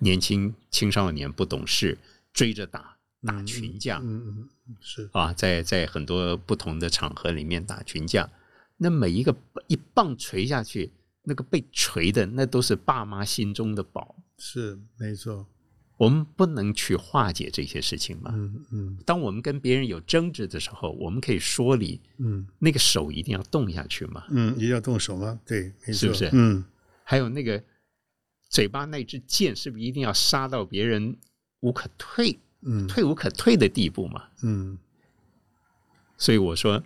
Speaker 2: 年轻青少年不懂事，追着打，打群架
Speaker 1: 嗯嗯，是
Speaker 2: 啊，在在很多不同的场合里面打群架，那每一个一棒锤下去，那个被锤的那都是爸妈心中的宝。
Speaker 1: 是没错，
Speaker 2: 我们不能去化解这些事情嘛。
Speaker 1: 嗯嗯
Speaker 2: 当我们跟别人有争执的时候，我们可以说理，
Speaker 1: 嗯
Speaker 2: 那个手一定要动下去嘛。
Speaker 1: 嗯，一定要动手吗？对，没错，
Speaker 2: 是不是
Speaker 1: 嗯
Speaker 2: 还有那个嘴巴那支箭，是不是一定要杀到别人无可退、
Speaker 1: 嗯
Speaker 2: 退无可退的地步嘛？
Speaker 1: 嗯
Speaker 2: 所以我说，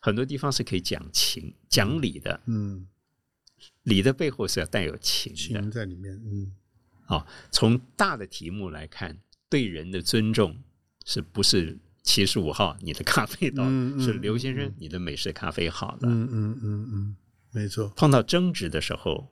Speaker 2: 很多地方是可以讲情、讲理的，
Speaker 1: 嗯，
Speaker 2: 理的背后是要带有情的
Speaker 1: 情在里面，嗯
Speaker 2: 啊、从大的题目来看，对人的尊重是不是七十五号你的咖啡倒了、
Speaker 1: 嗯嗯
Speaker 2: 是刘先生、你的美式咖啡好了？
Speaker 1: 嗯嗯嗯嗯，没错，
Speaker 2: 碰到争执的时候，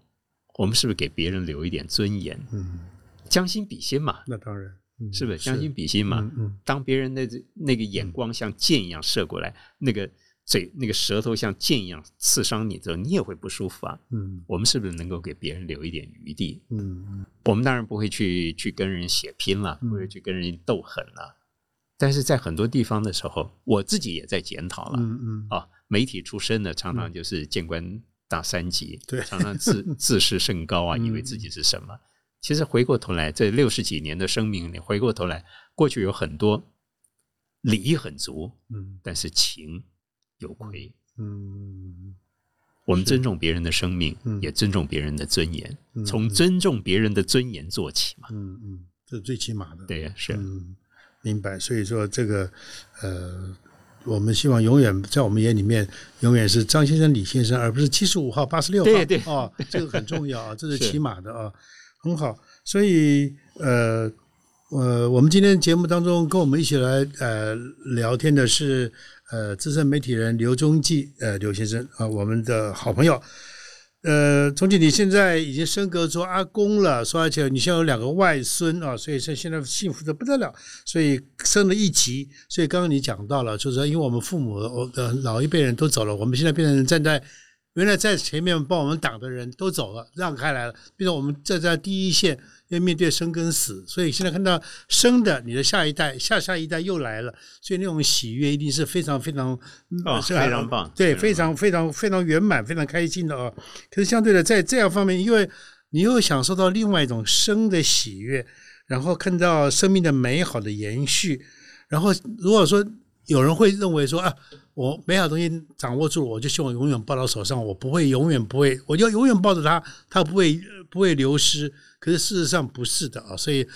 Speaker 2: 我们是不是给别人留一点尊严？
Speaker 1: 嗯，
Speaker 2: 将心比心嘛，
Speaker 1: 那当然，嗯
Speaker 2: 是不是？将心比心嘛。
Speaker 1: 嗯嗯
Speaker 2: 当别人的那个眼光像箭一样射过来，那个嘴、那个舌头像箭一样刺伤你的时候，你也会不舒服啊。
Speaker 1: 嗯
Speaker 2: 我们是不是能够给别人留一点余地？
Speaker 1: 嗯
Speaker 2: 我们当然不会去去跟人血拼了，
Speaker 1: 嗯
Speaker 2: 不会去跟人斗狠了。但是在很多地方的时候，我自己也在检讨了、
Speaker 1: 嗯嗯，
Speaker 2: 啊。媒体出身的常常就是见官大三级，
Speaker 1: 对
Speaker 2: 常常自 自视甚高啊，
Speaker 1: 嗯
Speaker 2: 以为自己是什么。其实回过头来，这六十几年的生命里，回过头来，过去有很多理很足，
Speaker 1: 嗯
Speaker 2: 但是情有亏。
Speaker 1: 嗯
Speaker 2: 我们尊重别人的生命，
Speaker 1: 嗯
Speaker 2: 也尊重别人的尊严，
Speaker 1: 嗯
Speaker 2: 从尊重别人的尊严做起嘛。
Speaker 1: 嗯嗯，这是最起码的，
Speaker 2: 对呀，是。
Speaker 1: 嗯，明白。所以说这个呃，我们希望永远在我们眼里面，永远是张先生、李先生，而不是七十五号、八十六号。
Speaker 2: 对对
Speaker 1: 哦，这个很重要 啊，这是
Speaker 2: 是
Speaker 1: 起码的啊，很好。所以呃。呃，我们今天节目当中跟我们一起来呃聊天的是呃资深媒体人刘忠记呃刘先生啊、我们的好朋友。呃，钟记，你现在已经升格做阿公了，说而且你现在有两个外孙啊，所以说现在幸福的不得了，所以升了一级。所以刚刚你讲到了，就是说因为我们父母我呃老一辈人都走了，我们现在变成站在原来在前面帮我们挡的人都走了，让开来了，变成我们站在第一线要面对生跟死。所以现在看到生的，你的下一代、下下一代又来了，所以那种喜悦一定是非常非常呃
Speaker 2: 哦
Speaker 1: 是吧嗯
Speaker 2: 非常棒
Speaker 1: 对，非
Speaker 2: 非
Speaker 1: 常非常非常圆满、非常开心的啊。可是相对的，在这样方面，因为你又享受到另外一种生的喜悦，然后看到生命的美好的延续，然后如果说有人会认为说啊，我美好的东西掌握住了，我就希望永远抱到手上，我不会永远不会，我就永远抱着它，它不会呃不会流失。可是事实上不是的啊，所以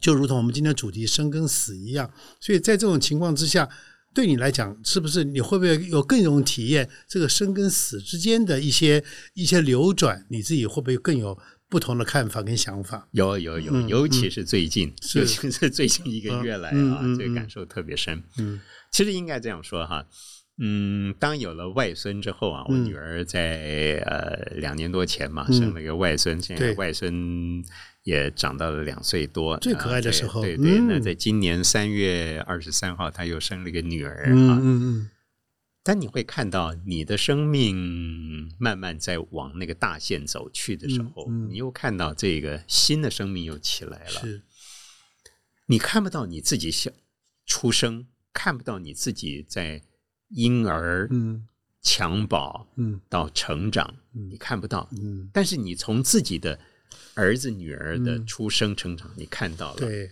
Speaker 1: 就如同我们今天的主题生跟死一样，所以在这种情况之下，对你来讲，是不是你会不会有更容易体验这个生跟死之间的一些一些流转？你自己会不会更有不同的看法跟想法？
Speaker 2: 有有有，
Speaker 1: 嗯
Speaker 2: 尤其是最近，
Speaker 1: 是
Speaker 2: 尤其是最近一个月来啊，
Speaker 1: 嗯嗯嗯
Speaker 2: 这个感受特别深。
Speaker 1: 嗯
Speaker 2: 其实应该这样说哈，嗯，当有了外孙之后啊，我
Speaker 1: 嗯
Speaker 2: 女儿在呃两年多前嘛
Speaker 1: 嗯
Speaker 2: 生了个外孙，现在
Speaker 1: 对
Speaker 2: 外孙也长到了两岁多，
Speaker 1: 最可爱的时候
Speaker 2: 啊对对对，
Speaker 1: 嗯
Speaker 2: 那在今年三月二十三号，她又生了个女儿啊。
Speaker 1: 嗯
Speaker 2: 但你会看到你的生命慢慢在往那个大线走去的时候，
Speaker 1: 嗯嗯
Speaker 2: 你又看到这个新的生命又起来
Speaker 1: 嗯，
Speaker 2: 了。
Speaker 1: 是
Speaker 2: 你看不到你自己小出生，看不到你自己在婴儿、
Speaker 1: 嗯
Speaker 2: 襁褓
Speaker 1: 嗯
Speaker 2: 到成长，
Speaker 1: 嗯
Speaker 2: 你看不到。
Speaker 1: 嗯，
Speaker 2: 但是你从自己的儿子、女儿的
Speaker 1: 嗯
Speaker 2: 出生、成长，你看到了。
Speaker 1: 对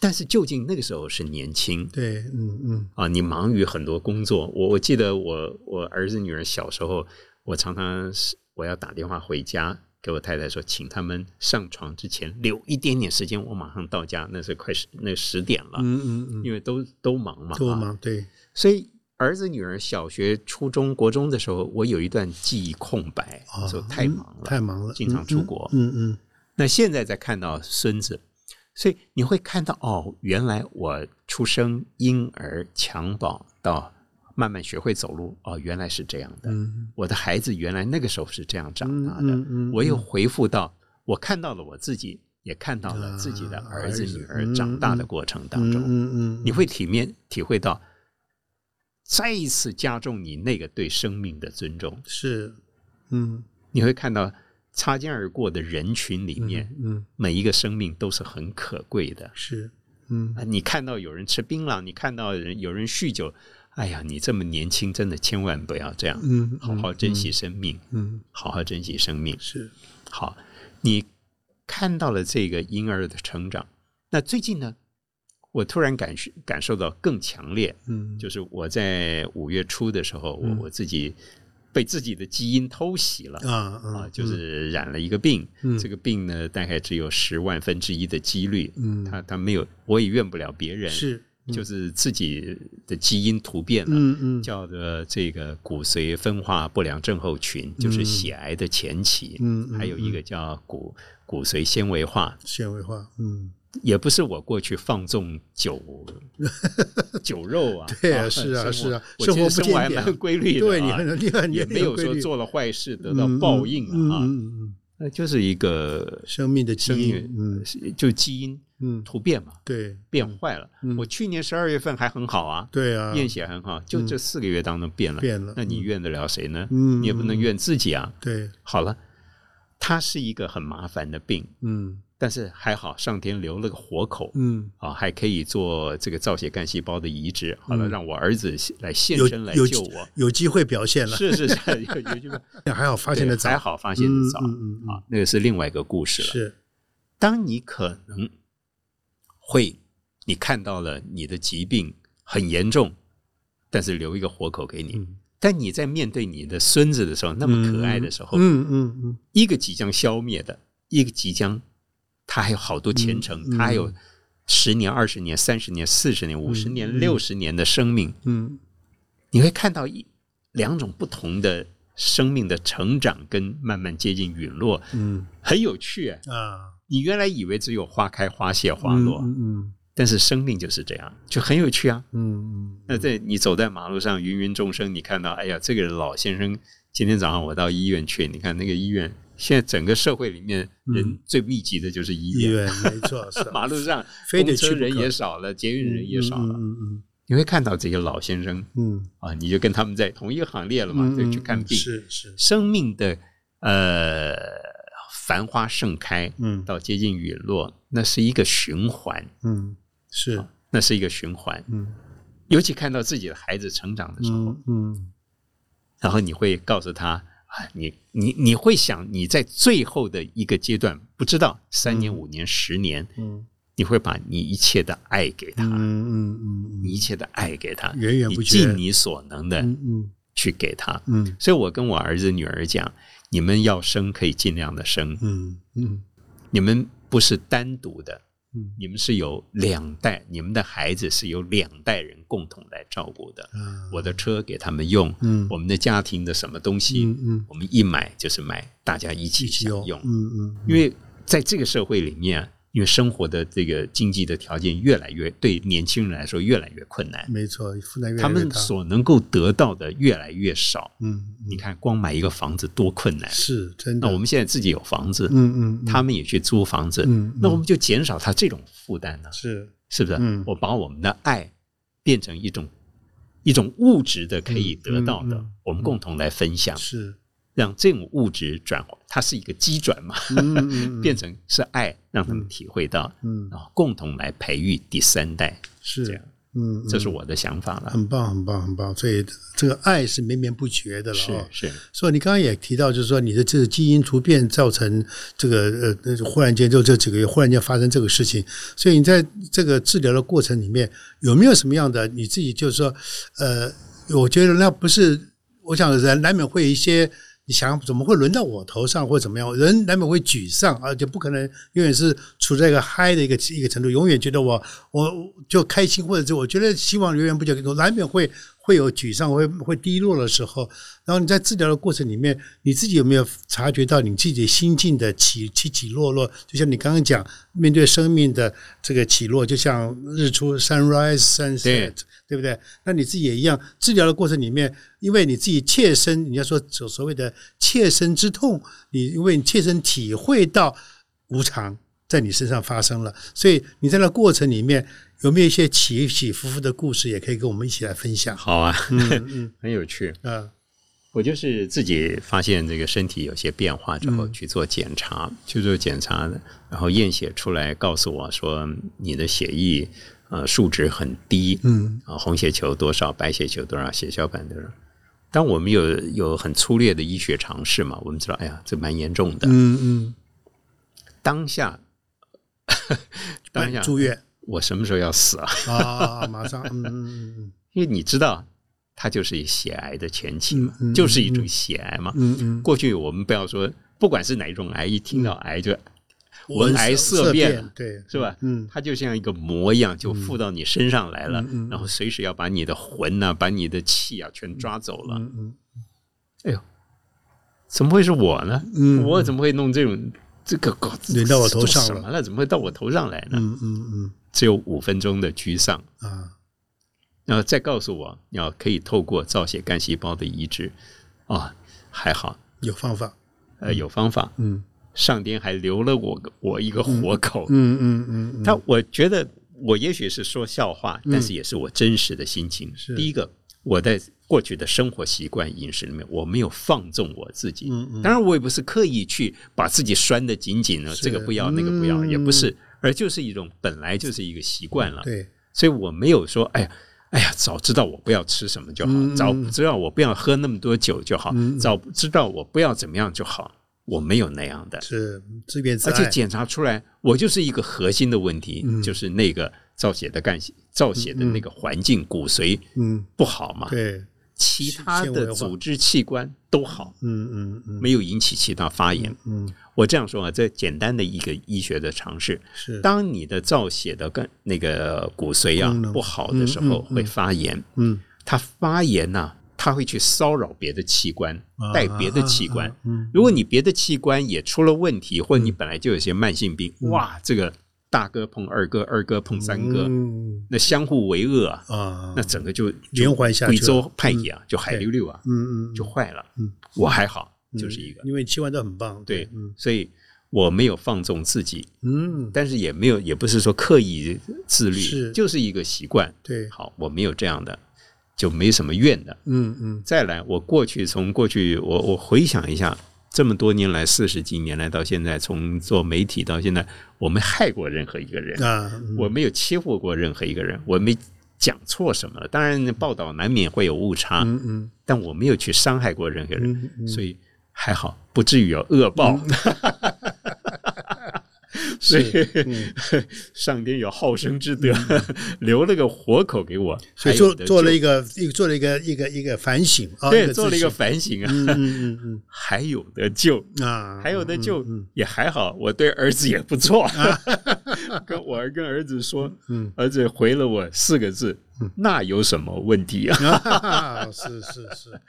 Speaker 2: 但是究竟那个时候是年轻
Speaker 1: 对，嗯嗯
Speaker 2: 啊，你忙于很多工作。我我记得我我儿子、女儿小时候，我常常是我要打电话回家。给我太太说，请他们上床之前留一点点时间，我马上到家。那是快十，那十点了。
Speaker 1: 嗯嗯嗯，
Speaker 2: 因为都都忙嘛，
Speaker 1: 多
Speaker 2: 啊
Speaker 1: 吗？对，
Speaker 2: 所以儿子女儿小学、初中、国中的时候，我有一段记忆空白，
Speaker 1: 啊
Speaker 2: 就太忙了。
Speaker 1: 太忙了，
Speaker 2: 经常出国
Speaker 1: 嗯嗯嗯
Speaker 2: 那现在再看到孙子，所以你会看到哦，原来我出生婴儿襁褓到慢慢学会走路，哦，原来是这样的。
Speaker 1: 嗯
Speaker 2: 我的孩子原来那个时候是这样长大的，
Speaker 1: 嗯嗯嗯
Speaker 2: 我又回复到我看到了我自己，也看到了自己的
Speaker 1: 啊
Speaker 2: 儿子
Speaker 1: 儿子
Speaker 2: 女儿长大的过程当
Speaker 1: 嗯
Speaker 2: 中。
Speaker 1: 嗯嗯，
Speaker 2: 你会体面体会到，再一次加重你那个对生命的尊重。
Speaker 1: 是嗯
Speaker 2: 你会看到擦肩而过的人群里面，
Speaker 1: 嗯
Speaker 2: 每一个生命都是很可贵的。
Speaker 1: 是嗯
Speaker 2: 啊，你看到有人吃槟榔，你看到人有人酗酒，哎呀，你这么年轻，真的千万不要这样，
Speaker 1: 嗯，
Speaker 2: 好好珍惜生命，
Speaker 1: 嗯，
Speaker 2: 好好珍惜生命。
Speaker 1: 是，
Speaker 2: 好，你看到了这个婴儿的成长，那最近呢，我突然感受感受到更强烈，
Speaker 1: 嗯，
Speaker 2: 就是我在五月初的时候，我我自己被自己的基因偷袭了。
Speaker 1: 啊啊
Speaker 2: 啊，就是染了一个病，
Speaker 1: 嗯
Speaker 2: 这个病呢大概只有十万分之一的几率，
Speaker 1: 嗯
Speaker 2: 他他没有，我也怨不了别人，
Speaker 1: 是，
Speaker 2: 就是自己的基因突变了，
Speaker 1: 嗯嗯
Speaker 2: 叫做这个骨髓分化不良症候群，就是血癌的前期，
Speaker 1: 嗯嗯
Speaker 2: 还有一个叫骨骨髓纤维化，
Speaker 1: 纤维化，嗯，
Speaker 2: 也不是我过去放纵 酒酒肉啊，
Speaker 1: 对啊是啊
Speaker 2: 生活
Speaker 1: 是啊
Speaker 2: 我
Speaker 1: 生
Speaker 2: 其实
Speaker 1: 活不
Speaker 2: 生活还
Speaker 1: 检点啊
Speaker 2: 蛮规律的、啊，
Speaker 1: 对你很你很
Speaker 2: 也没有说做了坏事得到报应
Speaker 1: 嗯
Speaker 2: 了啊，
Speaker 1: 嗯嗯，
Speaker 2: 那就是一个
Speaker 1: 生命的基
Speaker 2: 生
Speaker 1: 因
Speaker 2: 命，，
Speaker 1: 嗯
Speaker 2: 是就基因
Speaker 1: 嗯，
Speaker 2: 突变嘛，
Speaker 1: 对
Speaker 2: 变坏了。
Speaker 1: 嗯
Speaker 2: 我去年十二月份还很好啊，
Speaker 1: 对啊，
Speaker 2: 验血很好，就这四个月当中变了，
Speaker 1: 变了
Speaker 2: 那你怨得了谁呢？
Speaker 1: 嗯
Speaker 2: 你也不能怨自己啊。
Speaker 1: 对，
Speaker 2: 好了，它是一个很麻烦的病，
Speaker 1: 嗯
Speaker 2: 但是还好上天留了个活口。
Speaker 1: 嗯，
Speaker 2: 啊，还可以做这个造血干细胞的移植。好了，
Speaker 1: 嗯
Speaker 2: 让我儿子来现
Speaker 1: 有
Speaker 2: 身来
Speaker 1: 有
Speaker 2: 救我。
Speaker 1: 有机会表现了，
Speaker 2: 是 是是，有有句话，
Speaker 1: 还好发现的早
Speaker 2: 还，好发现的早
Speaker 1: 嗯嗯嗯
Speaker 2: 啊，那个是另外一个故事了。
Speaker 1: 是，
Speaker 2: 当你可能会你看到了你的疾病很严重，但是留一个活口给你。
Speaker 1: 嗯
Speaker 2: 但你在面对你的孙子的时候，那么可爱的时候，
Speaker 1: 嗯嗯嗯，
Speaker 2: 一个即将消灭的，一个即将，他还有好多前程，
Speaker 1: 嗯嗯
Speaker 2: 他还有十年、二十年、三十年、四十年、五十年、六十年的生命，
Speaker 1: 嗯
Speaker 2: 你会看到一两种不同的生命的成长跟慢慢接近陨落，
Speaker 1: 嗯
Speaker 2: 很有趣、哎
Speaker 1: 啊，
Speaker 2: 你原来以为只有花开花谢花落，
Speaker 1: 嗯
Speaker 2: 但是生命就是这样，就很有趣啊。
Speaker 1: 嗯嗯
Speaker 2: 那在你走在马路上，芸芸众生，你看到，哎呀，这个老先生，今天早上我到医院去，你看那个医院，现在整个社会里面人最密集的就是医
Speaker 1: 嗯医
Speaker 2: 院，
Speaker 1: 院没错，是
Speaker 2: 马路上
Speaker 1: 非得
Speaker 2: 公
Speaker 1: 去不
Speaker 2: 车
Speaker 1: 可
Speaker 2: 人也少了，捷运人也少了，
Speaker 1: 嗯嗯
Speaker 2: 你会看到这些老先生
Speaker 1: 嗯
Speaker 2: 啊，你就跟他们在同一个行列了嘛，
Speaker 1: 嗯，
Speaker 2: 就去看病，
Speaker 1: 是是，
Speaker 2: 生命的呃繁花盛开，
Speaker 1: 嗯
Speaker 2: 到接近陨落，那是一个循环，
Speaker 1: 嗯是，
Speaker 2: 那是一个循环。
Speaker 1: 嗯
Speaker 2: 尤其看到自己的孩子成长的时候，
Speaker 1: 嗯嗯
Speaker 2: 然后你会告诉他啊，你你你会想你在最后的一个阶段，不知道三年、五年、十年，
Speaker 1: 嗯
Speaker 2: 你会把你一切的爱给他，
Speaker 1: 嗯嗯
Speaker 2: 你一切的爱给他，
Speaker 1: 源源不绝
Speaker 2: 你尽你所能的
Speaker 1: 嗯
Speaker 2: 去给他。
Speaker 1: 嗯
Speaker 2: 所以我跟我儿子女儿讲，你们要生可以尽量的生，
Speaker 1: 嗯嗯
Speaker 2: 你们不是单独的，
Speaker 1: 嗯
Speaker 2: 你们是有两代，你们的孩子是由两代人共同来照顾的。
Speaker 1: 啊
Speaker 2: 我的车给他们用，
Speaker 1: 嗯
Speaker 2: 我们的家庭的什么东西，
Speaker 1: 嗯嗯
Speaker 2: 我们一买就是买，大家一起享
Speaker 1: 有
Speaker 2: 用。
Speaker 1: 嗯嗯
Speaker 2: 因为在这个社会里面啊，因为生活的这个经济的条件越来越对年轻人来说越来越困难，
Speaker 1: 没错，负担越
Speaker 2: 他
Speaker 1: 来越
Speaker 2: 们
Speaker 1: 大，
Speaker 2: 所能够得到的越来越少。
Speaker 1: 嗯嗯
Speaker 2: 你看，光买一个房子多困难。
Speaker 1: 是真的，
Speaker 2: 那我们现在自己有房子，
Speaker 1: 嗯嗯
Speaker 2: 他们也去租房子，
Speaker 1: 嗯嗯
Speaker 2: 那我们就减少他这种负担呢、
Speaker 1: 是
Speaker 2: 是不是？
Speaker 1: 嗯
Speaker 2: 我把我们的爱变成一种一种物质的可以得到的，
Speaker 1: 嗯嗯嗯
Speaker 2: 我们共同来分享，
Speaker 1: 是，
Speaker 2: 让这种物质转化，它是一个机转嘛，
Speaker 1: 嗯嗯
Speaker 2: 变成是爱，让他们体会到，
Speaker 1: 嗯
Speaker 2: 然后共同来培育第三代，
Speaker 1: 是
Speaker 2: 这样，
Speaker 1: 嗯
Speaker 2: 这是我的想法了。
Speaker 1: 很棒，很棒，很棒。所以这个爱是绵绵不绝的了、
Speaker 2: 是
Speaker 1: 哦。
Speaker 2: 是，
Speaker 1: 所以你刚刚也提到，就是说你的这个基因突变造成这个呃，呃忽然间就这几个月忽然间发生这个事情，所以你在这个治疗的过程里面有没有什么样的你自己就是说，呃，我觉得那不是，我想人难免会有一些。你想怎么会轮到我头上或怎么样？人难免会沮丧，而且不可能永远是处在一个嗨的一个一个程度，永远觉得我我就开心，或者是我觉得希望源源不绝，难免会会有沮丧、会会低落的时候。然后你在治疗的过程里面，你自己有没有察觉到你自己心境的起起起落落？就像你刚刚讲，面对生命的这个起落，就像日出 （sunrise）、sunset，
Speaker 2: 对
Speaker 1: 对不对？那你自己也一样，治疗的过程里面，因为你自己切身，人家说所所谓的切身之痛，你因为你切身体会到无常在你身上发生了，所以你在那过程里面有没有一些起起伏伏的故事，也可以跟我们一起来分享？
Speaker 2: 好啊，
Speaker 1: 嗯嗯
Speaker 2: 很有趣。
Speaker 1: 啊，
Speaker 2: 我就是自己发现这个身体有些变化之后
Speaker 1: 嗯
Speaker 2: 去做检查，去做检查，然后验血出来告诉我说你的血液呃数值很低，
Speaker 1: 嗯
Speaker 2: 啊红血球多少，白血球多少，血小板多少。当我们有有很粗略的医学常识嘛，我们知道，哎呀，这蛮严重的。
Speaker 1: 嗯嗯，
Speaker 2: 当下，当下
Speaker 1: 办住院
Speaker 2: 我什么时候要死啊？
Speaker 1: 啊，马上，嗯嗯
Speaker 2: 因为你知道，它就是血癌的前期嘛，
Speaker 1: 嗯嗯
Speaker 2: 就是一种血癌嘛。
Speaker 1: 嗯嗯
Speaker 2: 过去我们不要说，不管是哪一种癌，一听到癌就
Speaker 1: 嗯，
Speaker 2: 闻癌色变，
Speaker 1: 对，
Speaker 2: 是吧？
Speaker 1: 嗯
Speaker 2: 它就像一个魔一样，就附到你身上来了，
Speaker 1: 嗯嗯嗯
Speaker 2: 然后随时要把你的魂呐、把你的气啊全抓走了。
Speaker 1: 嗯嗯，
Speaker 2: 哎呦，怎么会是我呢？
Speaker 1: 嗯
Speaker 2: 我怎么会弄这种这个搞？
Speaker 1: 轮到我头上了
Speaker 2: 这什么了？怎么会到我头上来呢？
Speaker 1: 嗯嗯
Speaker 2: 只有五分钟的沮丧，
Speaker 1: 嗯啊，
Speaker 2: 然后再告诉我，要可以透过造血干细胞的移植，啊、还好，
Speaker 1: 有方法，
Speaker 2: 呃，有方法，
Speaker 1: 嗯
Speaker 2: 上天还留了我个我一个活口。
Speaker 1: 嗯嗯嗯嗯，
Speaker 2: 他我觉得我也许是说笑话，但是也是我真实的心情。
Speaker 1: 是
Speaker 2: 第一个，我在过去的生活习惯、饮食里面，我没有放纵我自己。
Speaker 1: 嗯嗯
Speaker 2: 当然，我也不是刻意去把自己拴得紧紧的，
Speaker 1: 是
Speaker 2: 这个不要那个不要，
Speaker 1: 嗯
Speaker 2: 也不是，而就是一种本来就是一个习惯了。
Speaker 1: 对，
Speaker 2: 所以我没有说，哎呀。哎呀，早知道我不要吃什么就好，
Speaker 1: 嗯嗯
Speaker 2: 早知道我不要喝那么多酒就好，
Speaker 1: 嗯嗯
Speaker 2: 早知道我不要怎么样就好，我没有那样的。
Speaker 1: 是自编自
Speaker 2: 而且
Speaker 1: 爱，
Speaker 2: 检查出来，我就是一个核心的问题，
Speaker 1: 哎嗯
Speaker 2: 就是那个造血的干细造血的那个环境、骨髓
Speaker 1: 嗯，
Speaker 2: 不好嘛，
Speaker 1: 对，
Speaker 2: 其他
Speaker 1: 纤维化
Speaker 2: 的组织器官都好，
Speaker 1: 嗯嗯嗯
Speaker 2: 没有引起其他发炎。
Speaker 1: 嗯，
Speaker 2: 我这样说啊，这简单的一个医学的常识，
Speaker 1: 是，
Speaker 2: 当你的造血的干那个骨髓
Speaker 1: 嗯功
Speaker 2: 啊
Speaker 1: 能
Speaker 2: 不好的时候
Speaker 1: 嗯嗯嗯
Speaker 2: 会发炎，
Speaker 1: 嗯
Speaker 2: 它发炎呐、它会去骚扰别的器官，
Speaker 1: 啊
Speaker 2: 带别的器官。
Speaker 1: 嗯
Speaker 2: 如果你别的器官也出了问题，或者你本来就有些慢性病，哇，这个大哥碰二哥，二哥碰三哥，
Speaker 1: 嗯
Speaker 2: 那相互为恶啊，
Speaker 1: 啊
Speaker 2: 那，整个就
Speaker 1: 连环下去
Speaker 2: 贵
Speaker 1: 了
Speaker 2: 州派系啊，就海溜溜啊，
Speaker 1: 嗯嗯
Speaker 2: 就坏了。
Speaker 1: 嗯
Speaker 2: 我还好，就是一个、
Speaker 1: 因为器官都很棒，
Speaker 2: 对，
Speaker 1: 嗯
Speaker 2: 所以我没有放纵自己，
Speaker 1: 嗯，
Speaker 2: 但是也没有，也不是说刻意自律，
Speaker 1: 是
Speaker 2: 就是一个习惯。
Speaker 1: 对，
Speaker 2: 好，我没有这样的，就没什么怨的。
Speaker 1: 嗯嗯
Speaker 2: 再来，我过去从过去，我我回想一下，这么多年来，四十几年来到现在，从做媒体到现在，我没害过任何一个人，
Speaker 1: 啊，
Speaker 2: 我没有欺负过任何一个人，我没讲错什么了。当然，报道难免会有误差，
Speaker 1: 嗯嗯
Speaker 2: 但我没有去伤害过任何人，
Speaker 1: 嗯嗯，
Speaker 2: 所以还好，不至于有恶报。 所以，
Speaker 1: 嗯
Speaker 2: 上天有好生之德， 留了个活口给我，
Speaker 1: 所以
Speaker 2: 还有
Speaker 1: 做
Speaker 2: 得
Speaker 1: 做了
Speaker 2: 救
Speaker 1: 一个一个做了一个一个一个反省啊，
Speaker 2: 对，做了一个
Speaker 1: 自
Speaker 2: 反省啊，
Speaker 1: 省，嗯嗯嗯
Speaker 2: 还有得救。
Speaker 1: 嗯啊，
Speaker 2: 还有的就
Speaker 1: 嗯
Speaker 2: 也还好，我对儿子也不错。 跟我儿跟儿子说，
Speaker 1: 嗯
Speaker 2: 儿子回了我四个字：“那有什么问题啊
Speaker 1: 啊，是是是，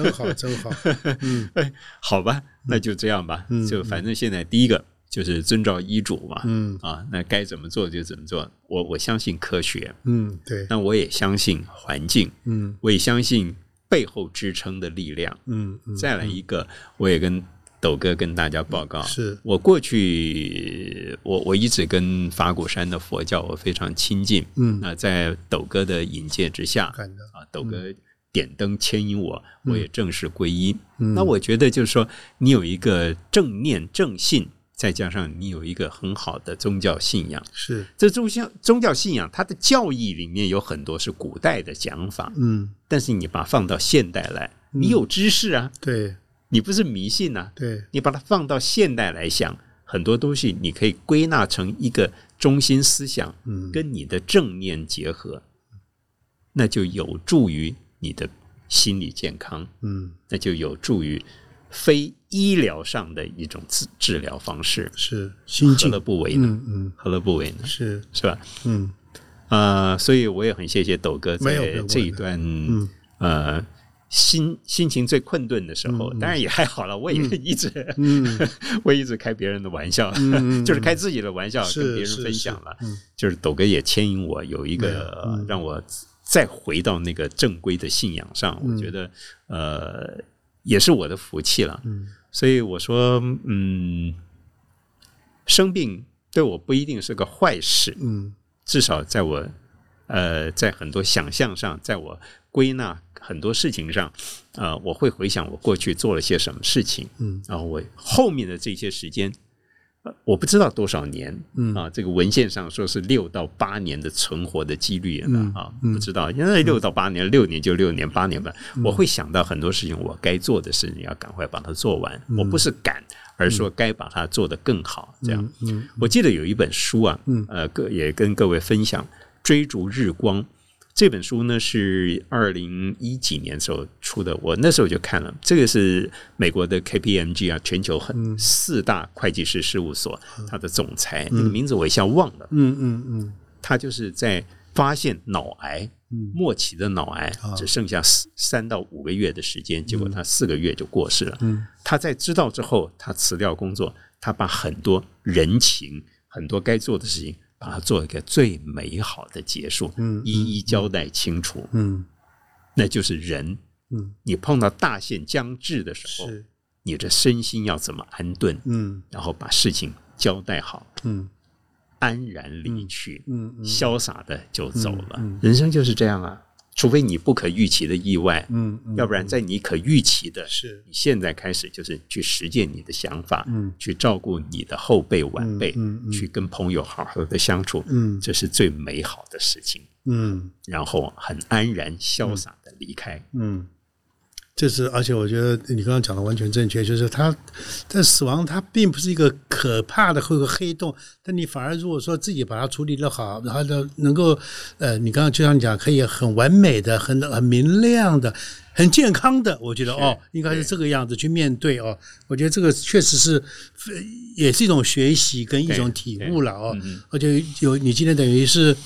Speaker 1: 真好真好， 嗯？”
Speaker 2: 哎好吧，那就这样吧。
Speaker 1: 嗯
Speaker 2: 就反正现在第一个就是遵照医嘱嘛，
Speaker 1: 嗯
Speaker 2: 啊，那该怎么做就怎么做。我我相信科学，
Speaker 1: 嗯，对，
Speaker 2: 那我也相信环境，
Speaker 1: 嗯
Speaker 2: 我也相信背后支撑的力量。
Speaker 1: 嗯嗯，
Speaker 2: 再来一个，我也跟斗哥跟大家报告，啊
Speaker 1: 是
Speaker 2: 我过去，我我一直跟法鼓山的佛教我非常亲近。
Speaker 1: 嗯
Speaker 2: 那在斗哥的引介之下，
Speaker 1: 感的，
Speaker 2: 啊，斗哥点灯牵引我，我也正式皈依。
Speaker 1: 嗯
Speaker 2: 那我觉得就是说，你有一个正念正信，再加上你有一个很好的宗教信仰。
Speaker 1: 是，
Speaker 2: 这宗教宗教信仰，它的教义里面有很多是古代的讲法，
Speaker 1: 嗯，
Speaker 2: 但是你把它放到现代来，你有知识啊，
Speaker 1: 对
Speaker 2: 你不是迷信啊，
Speaker 1: 对，
Speaker 2: 你把它放到现代来想，很多东西你可以归纳成一个中心思想，
Speaker 1: 嗯
Speaker 2: 跟你的正念结合，那就有助于你的心理健康，
Speaker 1: 嗯
Speaker 2: 那就有助于非医疗上的一种治治疗方式，
Speaker 1: 是心
Speaker 2: 何
Speaker 1: 境
Speaker 2: 乐，不为呢？
Speaker 1: 嗯嗯
Speaker 2: 何乐不为呢？
Speaker 1: 是，
Speaker 2: 是吧？
Speaker 1: 嗯
Speaker 2: 呃，所以我也很谢谢斗哥
Speaker 1: 没有没
Speaker 2: 在
Speaker 1: 有
Speaker 2: 这一段，嗯、呃。心心情最困顿的时候，当然也还好了。我也 一直、
Speaker 1: 嗯
Speaker 2: 我一直开别人的玩笑，
Speaker 1: 嗯嗯
Speaker 2: 就是开自己的玩笑
Speaker 1: 是
Speaker 2: 啊跟别人
Speaker 1: 是
Speaker 2: 分享了。
Speaker 1: 是嗯
Speaker 2: 就是斗哥也牵引我有一
Speaker 1: 没有嗯
Speaker 2: 个、呃让我再回到那个正规的信仰上，
Speaker 1: 嗯
Speaker 2: 我觉得呃也是我的福气了。
Speaker 1: 嗯
Speaker 2: 所以我说，嗯，生病对我不一定是个坏事，
Speaker 1: 嗯
Speaker 2: 至少在我呃，在很多想象上，在我归纳很多事情上，呃，我会回想我过去做了些什么事情，
Speaker 1: 嗯
Speaker 2: 然后我后面的这些时间，呃我不知道多少年，
Speaker 1: 嗯
Speaker 2: 啊，这个文献上说是六到八年的存活的几率了、
Speaker 1: 嗯
Speaker 2: 啊，
Speaker 1: 嗯
Speaker 2: 不知道，因为六到八年，六年就六年，八年吧，我会想到很多事情，我该做的事情要赶快把它做完，
Speaker 1: 嗯
Speaker 2: 我不是赶，而是说该把它做得更好，这样。
Speaker 1: 嗯
Speaker 2: 我记得有一本书啊，
Speaker 1: 嗯
Speaker 2: 呃，各也跟各位分享《追逐日光》这本书呢，是二零一几年时候出的，我那时候就看了。这个是美国的 KPMG 啊，全球很四大会计师事务所，它的总裁，那个名字我一下忘了，
Speaker 1: 嗯嗯嗯
Speaker 2: 他就是在发现脑癌。末期的脑癌
Speaker 1: 啊
Speaker 2: 只剩下四三到五个月的时间，结果他四个月就过世了。
Speaker 1: 嗯
Speaker 2: 他在知道之后，他辞掉工作，他把很多人情、很多该做的事情，把它做一个最美好的结束，
Speaker 1: 嗯嗯
Speaker 2: 一一交代清楚。
Speaker 1: 嗯
Speaker 2: 那就是人，
Speaker 1: 嗯，
Speaker 2: 你碰到大限将至的时候，
Speaker 1: 是，
Speaker 2: 你的身心要怎么安顿，
Speaker 1: 嗯
Speaker 2: 然后把事情交代好，
Speaker 1: 嗯
Speaker 2: 安然离去，
Speaker 1: 嗯嗯
Speaker 2: 潇洒的就走了。
Speaker 1: 嗯嗯
Speaker 2: 人生就是这样啊，除非你不可预期的意外，
Speaker 1: 嗯嗯，
Speaker 2: 要不然在你可预期的
Speaker 1: 是
Speaker 2: 你现在开始就是去实践你的想法，
Speaker 1: 嗯
Speaker 2: 去照顾你的后辈晚辈，
Speaker 1: 嗯嗯嗯
Speaker 2: 去跟朋友好好的相处，
Speaker 1: 嗯
Speaker 2: 这是最美好的事情。
Speaker 1: 嗯
Speaker 2: 然后很安然潇洒的离开，
Speaker 1: 嗯。这是，而且我觉得你刚刚讲的完全正确，就是他，但死亡它并不是一个可怕的或者黑洞，但你反而如果说自己把它处理的好，然后呢能够，呃，你刚刚就像你讲，可以很完美的、很很明亮的、很健康的，我觉得哦，应该是这个样子去面对哦。我觉得这个确实是，呃也是一种学习跟一种体悟了哦。而且有你今天等于是。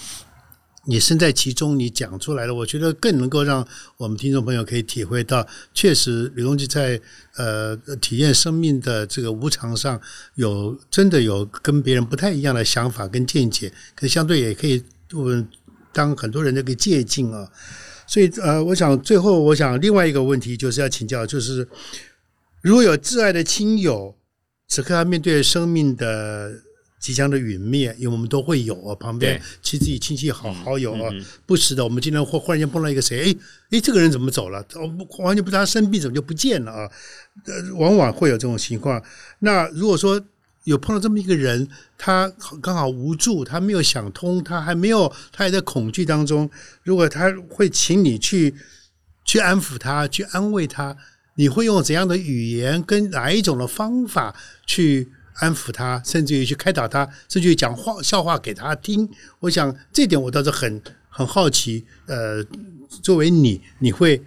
Speaker 1: 你身在其中，你讲出来了，我觉得更能够让我们听众朋友可以体会到，确实李东基在呃体验生命的这个无常上有真的有跟别人不太一样的想法跟见解，可是相对也可以我们当很多人的一个借鉴啊。所以呃，我想最后我想另外一个问题就是要请教，就是如果有挚爱的亲友，此刻要面对生命的即将的陨灭，因为我们都会有啊，旁边
Speaker 2: 对
Speaker 1: 其实自己亲戚好好友啊，
Speaker 2: 嗯嗯
Speaker 1: 不时的我们今天忽忽然间碰到一个谁，哎哎，这个人怎么走了？我不完全不知道他生病怎么就不见了啊，呃，往往会有这种情况。那如果说有碰到这么一个人，他刚好无助，他没有想通，他还没有，他还在恐惧当中。如果他会请你去去安抚他，去安慰他，你会用怎样的语言跟哪一种的方法去安抚他，甚至于去开导他，甚至于讲话笑话给他听？我想这点我倒是很很好奇。呃，作为你，你会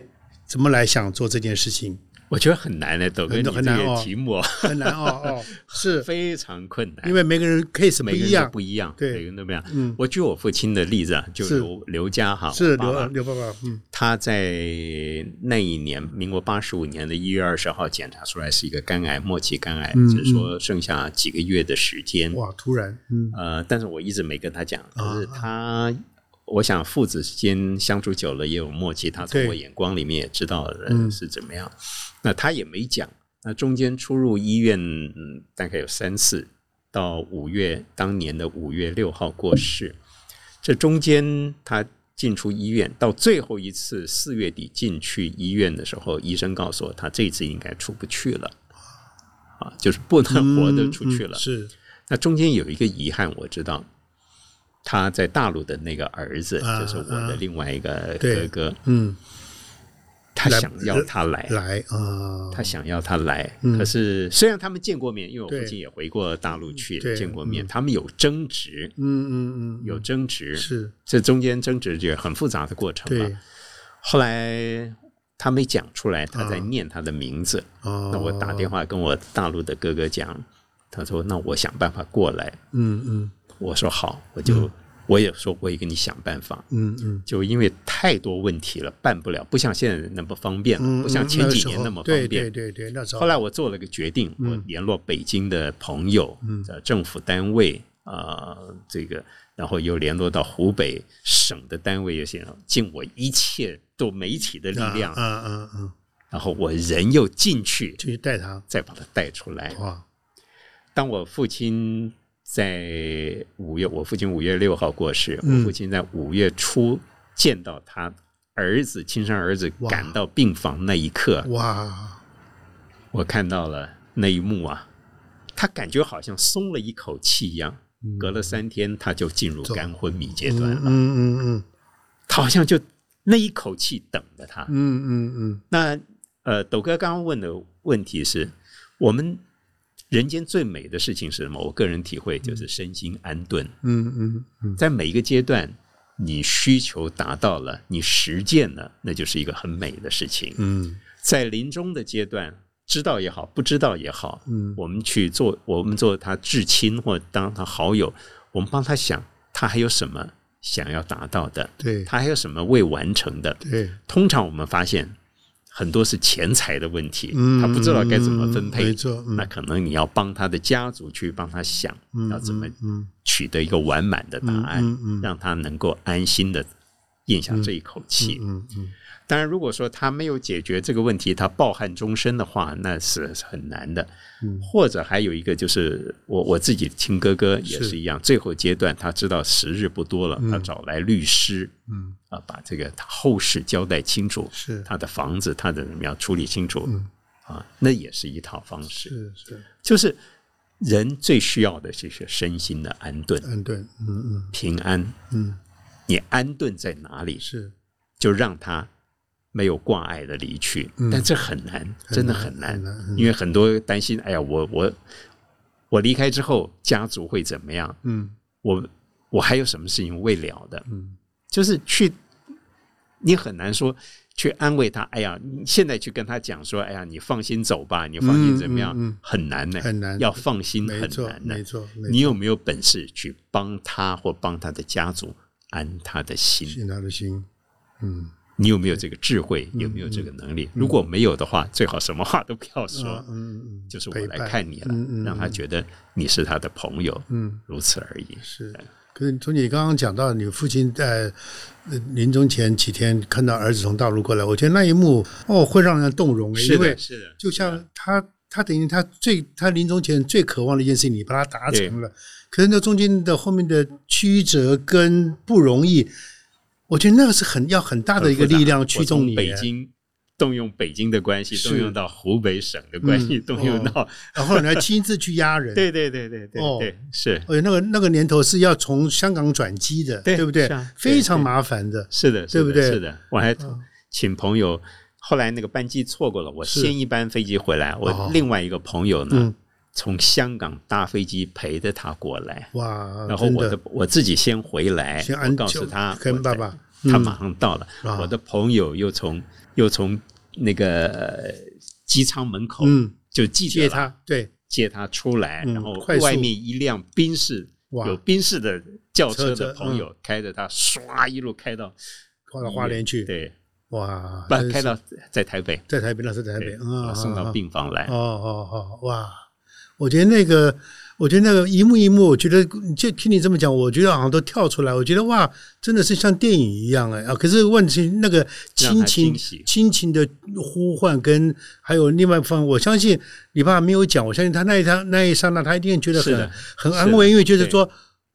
Speaker 1: 怎么来想做这件事情？
Speaker 2: 我觉得很难的，抖哥，
Speaker 1: 很
Speaker 2: 你这
Speaker 1: 很难哦
Speaker 2: 个题目啊
Speaker 1: 很难哦哦， 是
Speaker 2: 非常困难，
Speaker 1: 因为每个人 case 不
Speaker 2: 哎每个
Speaker 1: 一
Speaker 2: 人都
Speaker 1: 样，
Speaker 2: 不一样，
Speaker 1: 对
Speaker 2: 每个人都不一样。
Speaker 1: 嗯
Speaker 2: 我举我父亲的例子啊，就是刘刘家哈，
Speaker 1: 是
Speaker 2: 我爸
Speaker 1: 刘
Speaker 2: 爸
Speaker 1: 刘爸爸，嗯
Speaker 2: 他在那一年，民国八十五年的一月二十号检查出来是一个肝癌，末期肝癌，
Speaker 1: 嗯
Speaker 2: 只是说剩下几个月的时间。
Speaker 1: 哇，突然，嗯啊
Speaker 2: 呃，但是我一直没跟他讲，可是他，我想父子之间相处久了也有默契，他从
Speaker 1: 对
Speaker 2: 我眼光里面也知道人
Speaker 1: 嗯
Speaker 2: 是怎么样，那他也没讲。那中间出入医院、嗯、大概有三次，到五月当年的五月六号过世。这中间他进出医院，到最后一次四月底进去医院的时候，医生告诉我他这次应该出不去了，啊，就是不能活得出去
Speaker 1: 嗯
Speaker 2: 了。
Speaker 1: 嗯是
Speaker 2: 那中间有一个遗憾，我知道他在大陆的那个儿子，
Speaker 1: 啊
Speaker 2: 就是我的另外一个
Speaker 1: 对
Speaker 2: 哥哥，
Speaker 1: 嗯
Speaker 2: 他
Speaker 1: 来
Speaker 2: 想要他来，
Speaker 1: 来啊，
Speaker 2: 哎他想要他来。
Speaker 1: 嗯
Speaker 2: 可是虽然他们见过面，因为我
Speaker 1: 对
Speaker 2: 父亲也回过大陆去
Speaker 1: 对嗯
Speaker 2: 见过面，他们有争执，
Speaker 1: 嗯嗯嗯，
Speaker 2: 有争执，
Speaker 1: 是
Speaker 2: 这中间争执就很复杂的过程
Speaker 1: 对
Speaker 2: 了。后来他没讲出来，他在念他的名字。
Speaker 1: 啊哦，
Speaker 2: 那我打电
Speaker 1: 话，
Speaker 2: 话跟我大陆的哥哥讲，他说：“那我想办法过来。”
Speaker 1: 嗯嗯
Speaker 2: 我说好，我就、我也说我也给你想办法。
Speaker 1: 嗯嗯
Speaker 2: 就因为太多问题了，办不了，不像现在那么方便了，
Speaker 1: 嗯，
Speaker 2: 不像
Speaker 1: 嗯
Speaker 2: 前几
Speaker 1: 时
Speaker 2: 年
Speaker 1: 候
Speaker 2: 那么方
Speaker 1: 对
Speaker 2: 便。
Speaker 1: 对对对，那嗯时候
Speaker 2: 后来我做了个决定，我联络北京的朋友、
Speaker 1: 嗯
Speaker 2: 呃政府单位啊、呃这个，然后又联络到湖北省的单位，有些人尽我一切做媒体的力量，
Speaker 1: 啊啊啊，
Speaker 2: 然后我人又进去，
Speaker 1: 就去带他，
Speaker 2: 再把他带出来。
Speaker 1: 哇，
Speaker 2: 当我父亲在五月，我父亲五月六号过世，
Speaker 1: 嗯
Speaker 2: 我父亲在五月初见到他儿子亲生儿子
Speaker 1: 哇
Speaker 2: 赶到病房那一刻，
Speaker 1: 嗯哇，
Speaker 2: 我看到了那一幕啊，他感觉好像松了一口气一样。隔了三天，他就进入肝昏迷阶
Speaker 1: 嗯
Speaker 2: 段了。
Speaker 1: 嗯嗯
Speaker 2: 他好像就那一口气等着他。
Speaker 1: 嗯嗯
Speaker 2: 那呃，斗哥刚刚问的问题是，我们人间最美的事情是什么？我个人体会就是身心安顿，
Speaker 1: 嗯嗯嗯
Speaker 2: 在每一个阶段，你需求达到了，你实践了，那就是一个很美的事情。
Speaker 1: 嗯
Speaker 2: 在临终的阶段，知道也好，不知道也好，
Speaker 1: 嗯
Speaker 2: 我们去做，我们做他至亲或当他好友，我们帮他想，他还有什么想要达到的，
Speaker 1: 对
Speaker 2: 他还有什么未完成的，
Speaker 1: 对，
Speaker 2: 通常我们发现很多是钱财的问题，
Speaker 1: 嗯
Speaker 2: 他不知道该怎么分
Speaker 1: 没
Speaker 2: 配，
Speaker 1: 错，嗯
Speaker 2: 那可能你要帮他的家族去帮他想，要怎么
Speaker 1: 嗯
Speaker 2: 取得一个完满的答案，
Speaker 1: 嗯嗯嗯
Speaker 2: 让他能够安心的咽下这一口气。
Speaker 1: 嗯嗯
Speaker 2: 当然，如果说他没有解决这个问题，他抱憾终身的话，那是很难的。或者还有一个就是我我自己亲哥哥也
Speaker 1: 是
Speaker 2: 是一嗯样，最后阶段他知道时日不多了，他找来律师，
Speaker 1: 嗯，
Speaker 2: 啊，把这个他后事交代清楚，
Speaker 1: 是
Speaker 2: 他的房子，他的怎么样处理清楚，
Speaker 1: 嗯
Speaker 2: 啊，那也是一套方式。
Speaker 1: 是是，
Speaker 2: 就是人最需要的就是身心的安顿、
Speaker 1: 嗯对，嗯嗯
Speaker 2: 平安。
Speaker 1: 嗯
Speaker 2: 你安顿在哪里，
Speaker 1: 是，
Speaker 2: 就让他没有挂碍的离去。但这很难，真的很难，
Speaker 1: 嗯很难嗯
Speaker 2: 因为很多担心，哎呀，我我我离开之后，家族会怎么样？
Speaker 1: 嗯
Speaker 2: 我我还有什么事情未了的？
Speaker 1: 嗯，
Speaker 2: 就是去，你很难说去安慰他。哎呀，你现在去跟他讲说，哎呀，你放心走吧，你放心怎么样？
Speaker 1: 嗯嗯嗯
Speaker 2: 很难呢、
Speaker 1: 很难
Speaker 2: 要放心
Speaker 1: 没
Speaker 2: 很
Speaker 1: 错
Speaker 2: 难呢、
Speaker 1: 没错，
Speaker 2: 你有没有本事去帮他或帮他的家族安他的心？
Speaker 1: 信他的心，嗯
Speaker 2: 你有没有这个智慧？有没有这个能力？如果没有的话，最好什么话都不要说，
Speaker 1: 嗯嗯，
Speaker 2: 啊就是我来看你了，
Speaker 1: 嗯嗯
Speaker 2: 让他觉得你是他的朋友，
Speaker 1: 嗯
Speaker 2: 如此而已。
Speaker 1: 是。可是从你刚刚讲到你父亲在呃临终前几天看到儿子从大陆过来，我觉得那一幕哦会让人动容，
Speaker 2: 是
Speaker 1: 因为
Speaker 2: 的，是的，
Speaker 1: 就像他，他等于他最他临终前最渴望的一件事情，你把它达成了。可是那中间的后面的曲折跟不容易，我觉得那个是很要很大的一个
Speaker 2: 很复杂
Speaker 1: 力量驱
Speaker 2: 我
Speaker 1: 动
Speaker 2: 从
Speaker 1: 你。啊欸
Speaker 2: 北京动用北京的关系，
Speaker 1: 是
Speaker 2: 动用到湖北省的关系，
Speaker 1: 嗯
Speaker 2: 动用到、
Speaker 1: 然后你还亲自去压人。
Speaker 2: 对对对对对
Speaker 1: 哦
Speaker 2: 对，是
Speaker 1: 而且那个那个年头是要从香港转机的，
Speaker 2: 对
Speaker 1: 不对
Speaker 2: 是啊？
Speaker 1: 非常麻烦的。
Speaker 2: 是的，是
Speaker 1: 对
Speaker 2: 的
Speaker 1: 不对嗯
Speaker 2: 是的，我还请朋友。后来那个班机错过了，我
Speaker 1: 是
Speaker 2: 先一班飞机回来，
Speaker 1: 哦
Speaker 2: 我另外一个朋友呢，
Speaker 1: 嗯
Speaker 2: 从香港搭飞机陪着他过来，
Speaker 1: 哇，
Speaker 2: 然后
Speaker 1: 啊真
Speaker 2: 我的我自己先回来，
Speaker 1: 先
Speaker 2: 我
Speaker 1: 安
Speaker 2: 告诉
Speaker 1: 就
Speaker 2: 他，
Speaker 1: 跟
Speaker 2: 我
Speaker 1: 爸
Speaker 2: 在
Speaker 1: 爸
Speaker 2: 他
Speaker 1: 嗯
Speaker 2: 马上到了。
Speaker 1: 啊
Speaker 2: 我的朋友又从又从那个呃机舱门口，
Speaker 1: 嗯
Speaker 2: 就记
Speaker 1: 接
Speaker 2: 得了
Speaker 1: 他，对，
Speaker 2: 接他出来，
Speaker 1: 嗯
Speaker 2: 然后
Speaker 1: 快速
Speaker 2: 外面一辆宾士
Speaker 1: 哇
Speaker 2: 有宾士的轿
Speaker 1: 车嗯
Speaker 2: 车
Speaker 1: 子
Speaker 2: 的朋友开着他唰一路开到
Speaker 1: 跑到花莲去，
Speaker 2: 对，
Speaker 1: 哇，
Speaker 2: 不
Speaker 1: 真是
Speaker 2: 开到在台北，
Speaker 1: 在台北，那是在台北，
Speaker 2: 对，
Speaker 1: 嗯，
Speaker 2: 送
Speaker 1: 嗯
Speaker 2: 到
Speaker 1: 嗯
Speaker 2: 病房来。
Speaker 1: 哦哦哦，哇！我觉得那个，我觉得那个一幕一幕，我觉得就听你这么讲，我觉得好像都跳出来。我觉得哇，真的是像电影一样哎啊！可是问题那个
Speaker 2: 让
Speaker 1: 亲
Speaker 2: 他
Speaker 1: 情
Speaker 2: 惊喜
Speaker 1: 亲情的呼唤跟还有另外一方，我相信你爸爸没有讲，我相信他那一刹那一刹那，他一定觉得
Speaker 2: 是
Speaker 1: 很
Speaker 2: 的
Speaker 1: 很
Speaker 2: 是
Speaker 1: 安
Speaker 2: 的
Speaker 1: 慰，因为觉得说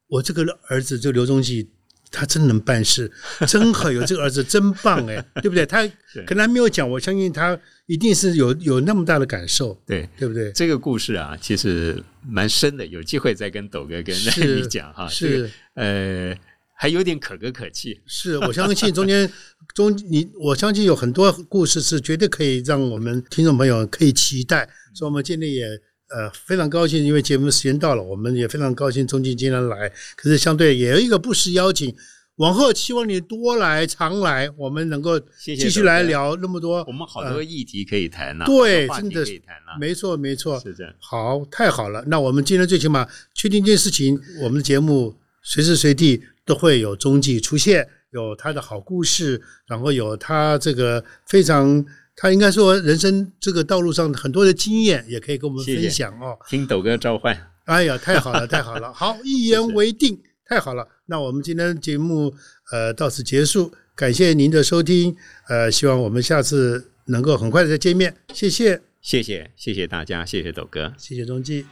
Speaker 1: 我这个儿子，这个刘宗济。他真能办 事，真好，有这个儿子真棒哎，对不对？他
Speaker 2: 是
Speaker 1: 可能还没有讲，我相信他一定是有有那么大的感受。
Speaker 2: 对，
Speaker 1: 对不对？
Speaker 2: 这个故事啊，其实蛮深的，有机会再跟斗哥跟
Speaker 1: 是
Speaker 2: Remy 讲哈。
Speaker 1: 是
Speaker 2: 这个呃，还有点可歌可泣。
Speaker 1: 是我相信中间中你，我相信有很多故事是绝对可以让我们听众朋友可以期待。
Speaker 2: 嗯
Speaker 1: 所以我们今天也呃非常高兴，因为节目时间到了，我们也非常高兴钟进今天来，可是相对也有一个不时邀请。往后希望你多来常来，我们能够
Speaker 2: 谢谢
Speaker 1: 继续
Speaker 2: 董哥
Speaker 1: 来聊那么多。
Speaker 2: 我们好多议题可以谈了，
Speaker 1: 对
Speaker 2: 好多话
Speaker 1: 真
Speaker 2: 题
Speaker 1: 的
Speaker 2: 可以谈了，
Speaker 1: 没错，没错，
Speaker 2: 是这样。
Speaker 1: 好，太好了。那我们今天最起码确定一件事情，我们的节目随时随地都会有踪迹出现，有他的好故事，然后有他这个非常，他应该说人生这个道路上很多的经验，也可以跟我们
Speaker 2: 谢谢
Speaker 1: 分享哦。
Speaker 2: 听斗哥召唤，
Speaker 1: 哎呀，太好了，太好了，好，一言为定，太好了。那我们今天节目呃到此结束，感谢您的收听，呃，希望我们下次能够很快的再见面，谢谢，
Speaker 2: 谢谢谢谢大家，谢谢斗哥。
Speaker 1: 谢谢钟记。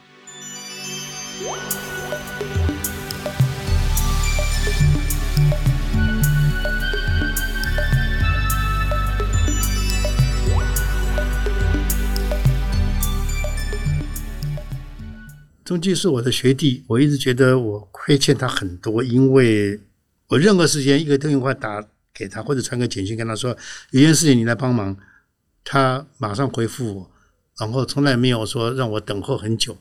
Speaker 1: 中继是我的学弟，我一直觉得我亏欠他很多，因为我任何时间一个电话打给他，或者传个简讯跟他说有件事情你来帮忙，他马上回复我，然后从来没有说让我等候很久，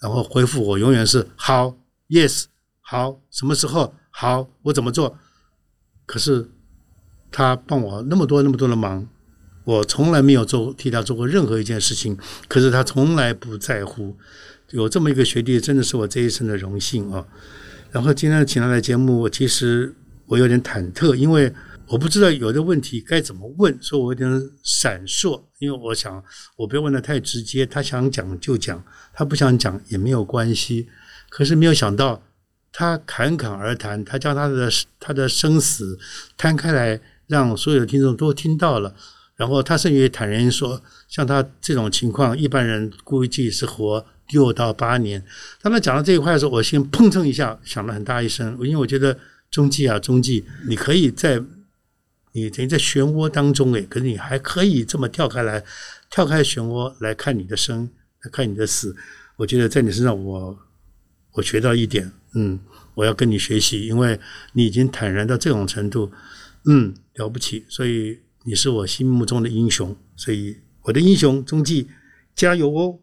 Speaker 1: 然后回复我永远是好，yes，好，什么时候好，我怎么做？可是他帮我那么多那么多的忙，我从来没有做替他做过任何一件事情，可是他从来不在乎。有这么一个学弟，真的是我这一生的荣幸啊！然后今天请他来节目，我其实我有点忐忑，因为我不知道有的问题该怎么问，所以我有点闪烁。因为我想，我不要问的太直接，他想讲就讲，他不想讲也没有关系。可是没有想到，他侃侃而谈，他将他的他的生死摊开来，让所有的听众都听到了。然后他甚至坦言说，像他这种情况，一般人估计是活。六到八年，当他讲到这一块的时候，我先砰蹭一下，响了很大一声，因为我觉得中继啊，中继，你可以在你等于在漩涡当中诶，可是你还可以这么跳开来，跳开漩涡来看你的生，来看你的死。我觉得在你身上我，我我学到一点，嗯，我要跟你学习，因为你已经坦然到这种程度，嗯，了不起，所以你是我心目中的英雄，所以我的英雄中继，加油哦！